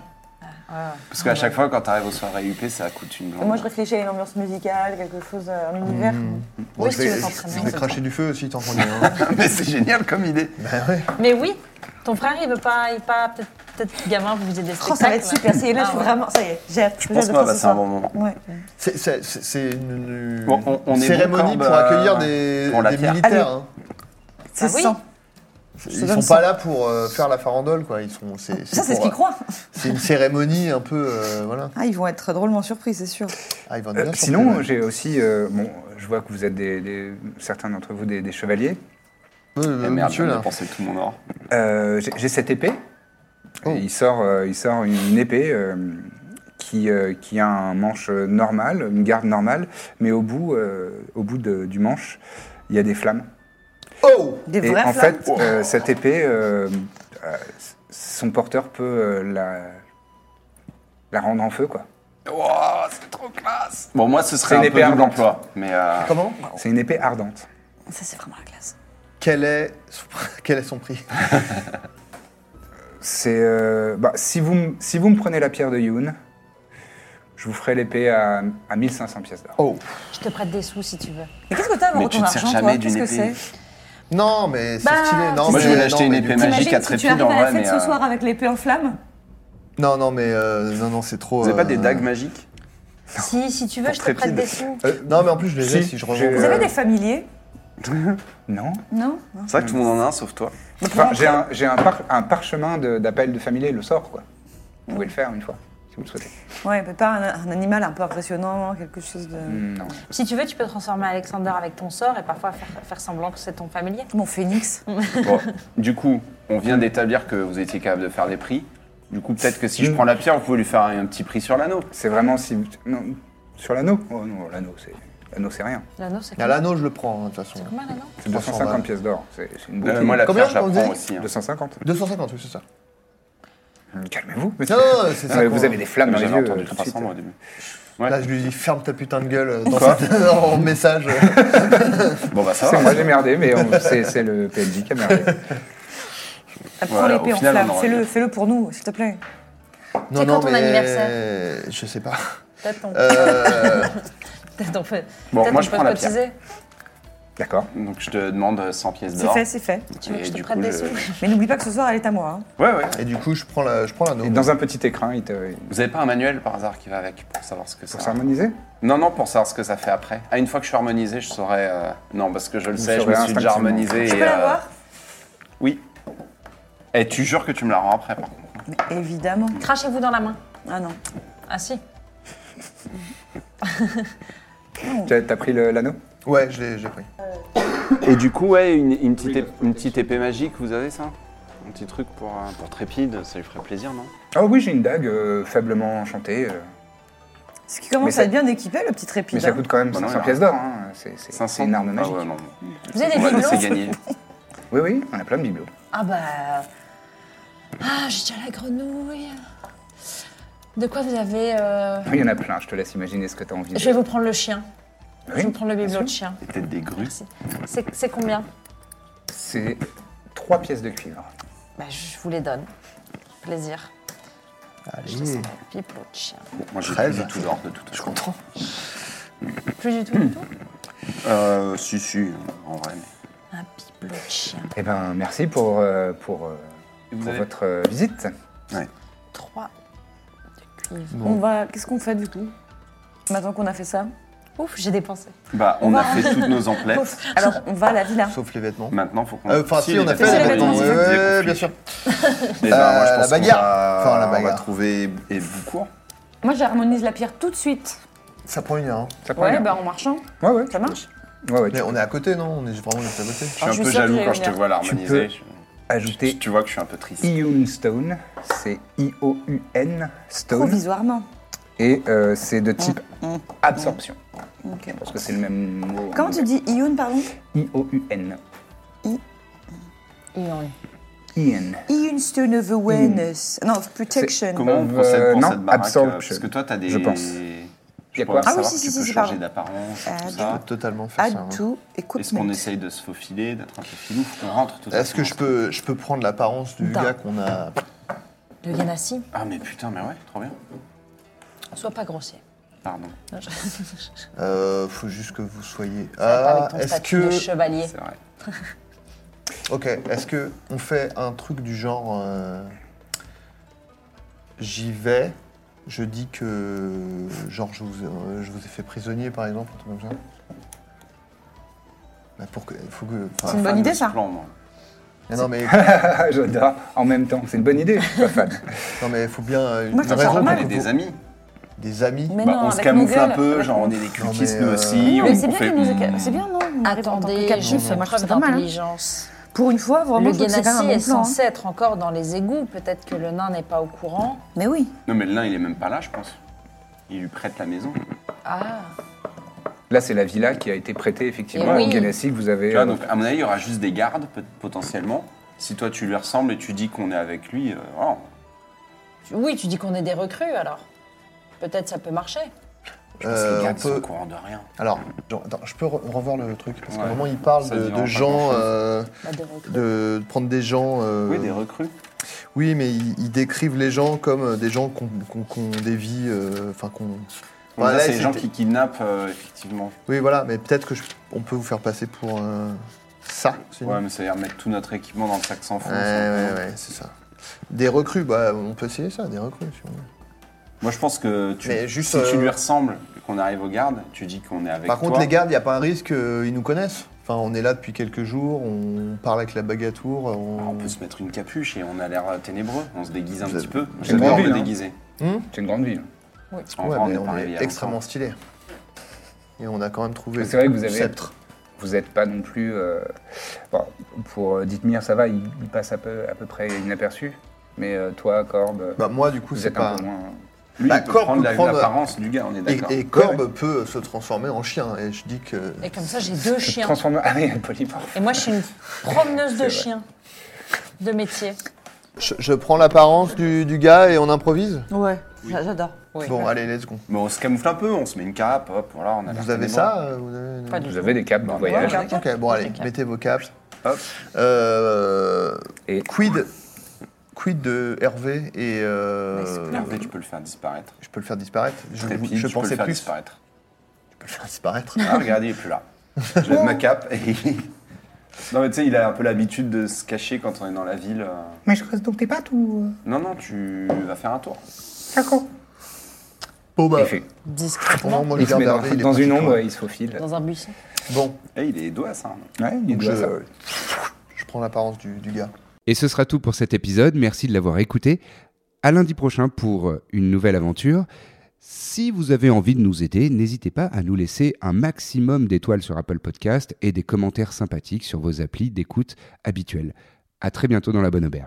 S5: Parce qu'à chaque fois, quand t'arrives aux soirées UP, ça coûte une
S8: Et
S5: blinde.
S8: moi, je réfléchis à une ambiance musicale, quelque chose, euh,
S5: Hmm.
S8: un univers.
S3: Bon,
S7: Oui,
S3: je
S7: si tu
S3: vais,
S7: veux
S3: je-
S7: t'entraîner,
S3: je
S7: on
S3: vais
S7: peut.
S3: cracher du feu aussi, tant qu'on y est. hein.
S5: Mais c'est génial comme idée.
S3: Bah ouais.
S7: Mais oui, ton frère, il veut pas, il pas peut-être, peut-être gamin, vous faisiez des
S8: Oh,
S7: spectacles.
S8: ça va être super. Ça y est, là,
S7: Ah,
S8: je suis
S7: ouais.
S8: vraiment. Ça y est, j'ai hâte.
S5: Je pense qu'on va passer un bon moment.
S8: Ouais.
S3: C'est- C'est c'est- c'est une, une
S5: Bon, on- on est bon
S3: cérémonie
S5: quand,
S3: pour
S5: bah,
S3: accueillir des,
S5: pour la
S3: des
S5: pierre.
S3: militaires. hein.
S4: C'est
S7: oui.
S4: ça.
S3: Ils sont pas là pour euh, faire la farandole, quoi. Ils sont. c'est-
S4: Ça, c'est
S3: pour,
S4: ce qu'ils
S3: euh,
S4: croient.
S3: C'est une cérémonie un peu, euh, voilà.
S4: Ah, ils vont être drôlement surpris, c'est sûr.
S3: Ah, ils vont
S2: Euh,
S3: bien chanter,
S2: sinon,
S3: ouais.
S2: j'ai aussi. euh, bon, je vois que vous êtes des, des- certains d'entre vous des, des chevaliers.
S3: Ouais,
S5: Eh
S3: ouais,
S5: merde,
S3: monsieur,
S5: on a
S3: là.
S5: pensé tout mon or.
S2: Euh, j'ai- J'ai cette épée.
S3: Oh.
S2: Et Il, sort, euh, il sort une épée euh, qui, euh, qui a un manche euh, normal, une garde normale, mais au bout, euh, au bout de- du manche, il y a des flammes.
S3: Oh
S4: Des
S2: Et
S4: vrais
S2: en
S4: flammes.
S2: fait, euh, cette épée, euh, euh, son porteur peut euh, la, la rendre en feu, quoi.
S5: Wow, c'est trop classe. Bon, moi, ce
S2: C'est
S5: serait
S2: une
S5: un peu
S2: épée
S5: double
S2: ardente.
S5: emploi. Mais euh,
S3: Comment
S2: C'est une épée ardente.
S4: Ça, c'est vraiment la classe.
S3: Quel est son, quel est son prix
S2: C'est, euh, bah, si, vous, m- si vous me prenez la pierre de Youn, je vous ferai l'épée à, à 1500 pièces d'or.
S3: Oh
S7: Je te prête des sous si tu veux.
S4: Mais qu'est-ce que t'as
S5: Mais
S4: avant
S5: tu
S4: ton
S5: te sers
S4: argent,
S5: jamais
S4: toi
S5: d'une
S4: Qu'est-ce que
S5: épée.
S4: c'est
S3: Non, mais c'est
S7: Bah,
S3: stylé. Non,
S5: moi,
S3: mais-
S5: je voulais acheter
S3: non,
S5: une
S3: mais
S5: épée
S3: du coup-
S5: magique
S8: T'imagines
S5: à
S8: si tu
S5: trépide
S8: arrives
S5: en
S8: à la
S5: vrai,
S8: fête
S5: mais.
S8: ce
S5: euh,
S8: soir avec l'épée en flamme
S3: Non, non, mais euh, non, non, c'est trop.
S5: Vous avez pas des
S3: euh,
S5: dagues magiques
S7: Si, si tu veux, je te prête
S5: Trépide.
S7: des sous.
S3: euh, Non, mais en plus, je les ai
S2: Si,
S3: si je
S2: j'ai-
S3: revends.
S8: Vous
S2: Euh,
S8: avez des familiers
S2: Non
S8: Non
S5: C'est vrai que tout le monde en a un sauf toi.
S2: Enfin, j'ai un, j'ai un, par- un parchemin de- d'appel de, familier, le sort, quoi. Vous pouvez le faire une fois, si vous le souhaitez.
S8: Ouais, mais pas un, un animal un peu impressionnant, quelque chose de.
S5: Hmm.
S2: Non.
S7: Si tu veux, tu peux transformer Alexander avec ton sort et parfois faire, faire semblant que c'est ton familier.
S8: Mon phénix.
S5: Bon, du coup, on vient d'établir que vous étiez capable de faire des prix. Du coup, peut-être que si je prends la pierre, vous pouvez lui faire un petit prix sur l'anneau.
S2: C'est vraiment si... vous- non, sur l'anneau Oh non, l'anneau, c'est... L'anneau, c'est rien.
S7: L'anneau, c'est
S3: Ah,
S7: combien
S3: L'anneau, je le prends, hein, de toute façon.
S7: Combien l'anneau
S2: C'est
S3: 300
S2: 250
S3: balles.
S2: pièces d'or. C'est c'est une
S5: Euh,
S2: boutique.
S5: moi, la
S3: Combien
S5: pierre, je la
S3: on
S5: prends
S3: dit
S5: aussi. hein.
S2: 250.
S3: 250, oui, c'est ça.
S2: Hum, Calmez-vous, monsieur.
S3: Non, non, c'est
S2: Non, mais
S3: ça.
S2: vous avez des flammes dans les
S5: J'avais
S2: yeux.
S5: entendu
S2: euh, tout de suite.
S5: 300 moi au début.
S3: Là, je lui dis, ferme ta putain de gueule euh, dans cette- en message.
S5: Bon, bah ça
S2: C'est
S5: va.
S2: moi, j'ai merdé, mais on- c'est c'est le PLJ qui a merdé.
S8: Prends
S5: Voilà,
S8: l'épée
S5: au
S8: en
S5: final, on
S8: flamme.
S5: aura
S8: Fais-le
S5: bien.
S8: fais pour nous, s'il te plaît.
S3: Non,
S7: quand
S3: non,
S7: ton
S3: mais.
S7: anniversaire
S3: Je sais pas.
S7: Peut-être ton.
S3: Euh,
S7: Peut-être on peut.
S5: Bon,
S7: peut-être
S5: moi,
S7: on
S5: je
S7: peut
S5: prends la
S7: cotiser.
S2: D'accord.
S5: Donc je te demande 100 pièces
S4: C'est
S5: d'or.
S4: fait, c'est fait.
S5: Tu veux que Et je te du prête coup, des je- sous
S4: Mais n'oublie pas que ce soir, elle est à moi. hein.
S5: Ouais, ouais.
S3: Et du coup, je prends la, je prends la
S2: Et
S3: norme.
S2: dans un petit écrin, il te...
S5: Vous avez pas un manuel par hasard qui va avec pour savoir ce que
S2: pour
S5: ça.
S2: s'harmoniser
S5: Non, non, pour savoir ce que ça fait après. Ah, une fois que je suis harmonisé, je saurais. euh, Non, parce que je le
S2: Vous
S5: sais, je me
S2: saurez
S5: suis déjà
S2: instinctivement.
S5: harmonisé.
S4: Je
S5: et,
S4: peux la
S5: euh,
S4: voir
S5: Oui. Et tu jures que tu me la rends après, par contre.
S4: Mais évidemment.
S7: Crachez-vous dans la main.
S4: Ah non.
S7: Ah si.
S2: T'as t'as pris le- l'anneau
S3: Ouais, je l'ai- je l'ai pris.
S5: Et du coup, ouais, une, une petite, ép- une petite épée magique, vous avez ça Un petit truc pour, euh, pour Trépide, ça lui ferait plaisir, non
S2: Ah oui, j'ai une dague euh, faiblement enchantée. euh,
S4: Ce qui
S2: Mais
S4: commence
S2: ça-
S4: à être bien équipé, le petit trépide.
S2: mais ça
S4: hein.
S2: coûte quand même
S5: Bah non,
S2: 500
S5: il a-
S2: pièces d'or. hein, c'est- c'est- C'est
S5: 500
S2: une arme
S5: Ah
S2: magique.
S5: ouais, non.
S7: Vous avez des
S5: On l'a laissé
S7: bibelots
S5: gagner.
S2: Oui, oui, on a plein de bibelots.
S7: Ah bah. Ah, j'ai déjà la grenouille. De quoi vous avez. euh,
S2: Il y en a plein, je te laisse imaginer ce que t'as envie de
S7: Je vais vous prendre le chien.
S2: Oui,
S7: je vais vous prendre le
S2: bien
S7: bibelot de
S2: sûr.
S7: chien.
S5: Peut-être des grues.
S7: Merci. C'est c'est combien
S2: C'est trois pièces de cuivre.
S7: bah, Je vous les donne. Plaisir.
S3: Allez.
S7: Je sais pas, bibelot de chien.
S5: Moi, j'ai
S3: Trêve.
S5: plus du tout d'or de toute façon. Je comprends.
S7: Plus du tout, du tout
S5: Euh, si, si, en vrai. mais-
S7: Un bibelot de chien.
S2: Eh ben, merci pour, euh, pour, euh,
S5: Et vous
S2: pour
S5: avez-
S2: votre euh, visite.
S7: Trois de cuivre.
S3: Bon.
S8: On va. Qu'est-ce qu'on fait du coup Maintenant qu'on a fait ça.
S7: Ouf, j'ai dépensé.
S5: Bah, on a fait toutes nos emplettes.
S8: Alors, on va à la villa.
S3: Sauf les vêtements.
S5: Maintenant, faut qu'on.
S3: Euh, Enfin, si, on a
S5: les
S3: fait
S7: les
S3: les
S7: vêtements,
S3: vêtements.
S7: oui,
S3: Ouais,
S5: les conflits.
S3: ouais, bien sûr.
S5: Eh ben, moi, je
S3: Euh,
S5: pense
S3: la
S5: qu'on
S3: bagarre.
S5: va-
S3: Enfin, la
S5: on va
S3: bagarre.
S5: trouver et Boucourt.
S8: Moi, j'harmonise la pierre tout de suite.
S3: Ça prend une heure. hein.
S2: Ça prend
S8: Ouais,
S7: Eh
S2: bien.
S7: ben,
S8: bah en marchant.
S2: Ouais, ouais.
S8: Ça marche
S2: Ouais, ouais. Tu
S3: Mais on est à côté, non On est vraiment juste à côté.
S5: Je suis
S8: Ah,
S5: un
S8: je
S5: peu
S8: sais que
S5: jaloux
S8: j'ai
S5: quand
S8: une
S5: je te
S8: heure.
S5: vois l'harmoniser.
S2: peux
S5: Je-
S2: ajouter
S5: Tu, tu vois que je suis un peu triste.
S2: Ioun Stone, c'est I-O-U-N Stone,
S4: Provisoirement.
S2: et euh, c'est de type absorption.
S4: Ok.
S2: Je pense que c'est le même mot.
S4: Comment tu dis Ioun, pardon
S2: I-O-U-N.
S7: Ion.
S2: I-N.
S4: Ioun Stone of Awareness. Non, of Protection.
S2: C'est-
S5: Comment on
S2: Euh,
S5: procède pour
S2: non,
S5: cette baraque euh,
S2: absorption,
S5: Parce que toi, t'as des.
S2: je pense.
S5: Je
S2: Y a
S5: pourrais
S2: quoi Ah oui,
S5: savoir
S4: si,
S5: que
S4: si,
S5: tu
S4: si,
S5: peux
S4: si,
S5: changer
S4: pardon.
S5: d'apparence,
S4: Euh,
S5: tout
S3: Je
S5: ça. hein?
S3: peux totalement faire ça. hein.
S4: Add to
S5: Est-ce qu'on
S4: equipment.
S5: essaye de se faufiler, d'être un peu filou Faut qu'on rentre tout de
S3: Est-ce
S5: suite.
S3: que je peux, je peux prendre l'apparence du
S7: D'un.
S3: gars qu'on a
S7: Le Ganassi,
S5: Ah, mais putain, mais ouais, trop bien.
S7: sois pas grossier.
S5: Pardon,
S7: Non, je-
S3: euh, Faut juste que vous soyez.
S7: Avec
S3: Ah,
S7: ton
S3: est-ce
S7: statut de
S3: que.
S7: chevalier.
S5: c'est vrai.
S3: Ok, est-ce que on fait un truc du genre. euh, J'y vais, je dis que. Genre, je vous, euh, je vous ai fait prisonnier, par exemple, un truc comme ça Bah, pour que. Faut que. enfin,
S4: C'est une bonne
S5: Fan de
S4: idée,
S5: ce
S4: ça.
S5: plan, moi.
S3: mais non, mais,
S2: Ah, J'adore. En même temps, c'est une bonne idée. Je suis pas fan.
S3: non, mais faut bien. euh, Une
S4: Moi, ça me
S3: raison
S4: semble
S3: pour
S4: mal.
S5: On
S3: que
S5: est des
S3: vous-
S5: amis.
S3: Des amis
S8: Mais
S5: Bah,
S8: non,
S5: on se
S8: avec
S5: camoufle
S8: nos
S5: un
S8: gueules,
S5: peu,
S8: avec
S5: genre
S8: nos-
S5: on est des cultistes
S3: mais,
S5: nous
S3: euh,
S5: aussi.
S8: Mais
S5: on
S8: c'est bien
S5: fait,
S8: qu'ils nous
S5: hmm.
S8: éca- C'est bien, non On arrive en tant que
S7: Attendez,
S8: captif,
S7: je
S8: ça
S7: fais
S8: marche
S7: preuve
S8: pas mal. hein.
S7: d'intelligence.
S4: Pour une fois, vraiment,
S7: Le
S4: je trouve que c'est quand
S7: Ganassi
S4: même un
S7: est
S4: bon plan.
S7: censé être encore dans les égouts. Peut-être que le nain n'est pas au courant.
S4: hein. Mais oui.
S5: Non, mais le nain, il est même pas là, je pense. Il lui prête la maison.
S7: Ah,
S2: Là, c'est la villa qui a été prêtée
S4: Eh
S2: effectivement
S7: Et oui.
S2: au Ganassi que vous avez.
S5: Tu vois,
S2: euh,
S5: donc à mon avis, il y aura juste des gardes, peut- potentiellement. Si toi, tu lui ressembles et tu dis qu'on est avec lui, euh, oh,
S7: tu- oui, tu dis qu'on est des recrues alors. Peut-être ça peut marcher.
S5: je pense que
S3: Euh,
S5: les
S3: on
S5: gardes
S3: peut-
S5: sont au courant de rien.
S3: Alors, genre, attends, je peux re- revoir le truc Parce qu'à
S5: Ouais.
S3: un moment, il parle
S5: Ça
S3: de,
S5: dit
S3: de
S5: vraiment pas
S3: gens.
S5: grand-chose.
S3: euh,
S7: Bah, des recrues.
S3: de prendre des gens. euh,
S5: Oui, des recrues.
S3: Oui, mais ils, ils décrivent les gens comme euh, des gens qu'on qu'on- qu'on dévie, euh, enfin qu'on.
S5: Bon, là,
S3: Voilà,
S5: c'est les gens
S3: c'était-
S5: qui kidnappent, euh, effectivement.
S3: Oui, voilà, mais peut-être que je- on peut vous faire passer pour euh, ça. sinon.
S5: Ouais, mais ça veut dire mettre tout notre équipement dans le sac sans fond.
S3: Mmh. ouais,
S5: ça.
S3: ouais, ouais, c'est ça. Des recrues, bah on peut essayer ça, des recrues. si on veut.
S5: Moi, je pense que tu,
S3: Mais juste,
S5: si tu
S3: euh,
S5: lui ressembles, et qu'on arrive aux gardes, tu dis qu'on est avec
S3: Par contre,
S5: toi.
S3: les gardes, il n'y a pas un risque euh, ils nous connaissent. Enfin, on est là depuis quelques jours, on parle avec la bagatour.
S2: Ah,
S3: On...
S5: Alors, Ah, on peut se mettre une capuche et on a l'air euh, ténébreux. On se déguise un
S3: Vous
S5: petit
S3: êtes-
S5: peu.
S3: vous
S5: J'aime
S3: êtes
S5: bien
S2: mobile,
S5: me
S2: hein.
S5: déguiser.
S2: C'est une grande ville.
S5: En
S3: Ouais,
S5: vrai, on
S3: mais
S5: est
S3: on
S5: parlé il y
S3: est
S5: a
S3: extrêmement
S5: longtemps.
S3: stylé. Et on a quand même trouvé.
S2: Mais c'est vrai hein. que vous
S3: le
S2: avez-
S3: Sceptre.
S2: Vous n'êtes pas non plus. euh, bon, pour euh, Dithmir, ça va, il, il passe à peu, à peu près inaperçu. Mais euh, toi, Corbe,
S3: Bah, moi, du coup,
S2: vous
S3: c'est
S2: êtes
S3: pas.
S2: un peu moins.
S5: Lui,
S3: Bah,
S5: il peut
S3: Corbe
S5: prendre
S3: peut
S5: la-
S3: prendre-
S5: l'apparence du gars, on est
S3: Et,
S5: d'accord.
S3: et Corbe peut se transformer en chien, et je dis que.
S7: Et comme ça, j'ai deux chiens.
S2: Transforme. Ah oui, polymorphe.
S7: Et moi, je suis une promeneuse de
S2: vrai.
S7: chiens de métier.
S3: Je, je prends l'apparence du, du gars et on improvise
S4: Ouais, j'a- j'adore. Oui.
S3: Bon, allez, let's go.
S5: Mais on se camoufle un peu, on se met une cape, hop, voilà, on a l'air
S3: Vous avez
S5: ténébreux.
S3: ça euh, vous avez-
S7: Pas du
S2: Vous avez des câbles de voyage.
S7: Ouais, ouais.
S3: Ok, bon, allez,
S7: Impeccable.
S3: mettez vos caps.
S5: Hop.
S3: Euh,
S2: Et-
S3: Quid, quid de Hervé et. euh,
S5: Hervé, tu peux le faire disparaître.
S3: Je peux le faire disparaître. Je, je
S5: Trépide, tu peux le
S3: pensais
S5: faire
S3: plus.
S5: disparaître.
S3: Je peux le faire disparaître.
S5: Ah, regardez, il est plus là.
S11: Je lève ma cape et. Non, mais tu sais, il a un peu l'habitude de se cacher quand on est dans la ville. euh.
S4: Mais je reste donc tes pattes ou.
S11: Non, non, tu vas faire un tour.
S4: euh, D'accord.
S3: Bon, bah.
S7: Discrètement.
S3: moi,
S2: Il se met dans, dans une ombre, euh, il se faufile.
S7: Dans un buisson.
S3: Bon,
S11: Eh, il est doué, ça.
S2: Ouais, il est
S3: donc je,
S2: doué à ça.
S3: euh, je prends l'apparence du, du gars.
S5: Et ce sera tout pour cet épisode. Merci de l'avoir écouté. À lundi prochain pour une nouvelle aventure. Si vous avez envie de nous aider, n'hésitez pas à nous laisser un maximum d'étoiles sur Apple Podcast et des commentaires sympathiques sur vos applis d'écoute habituelles. À très bientôt dans la bonne auberge.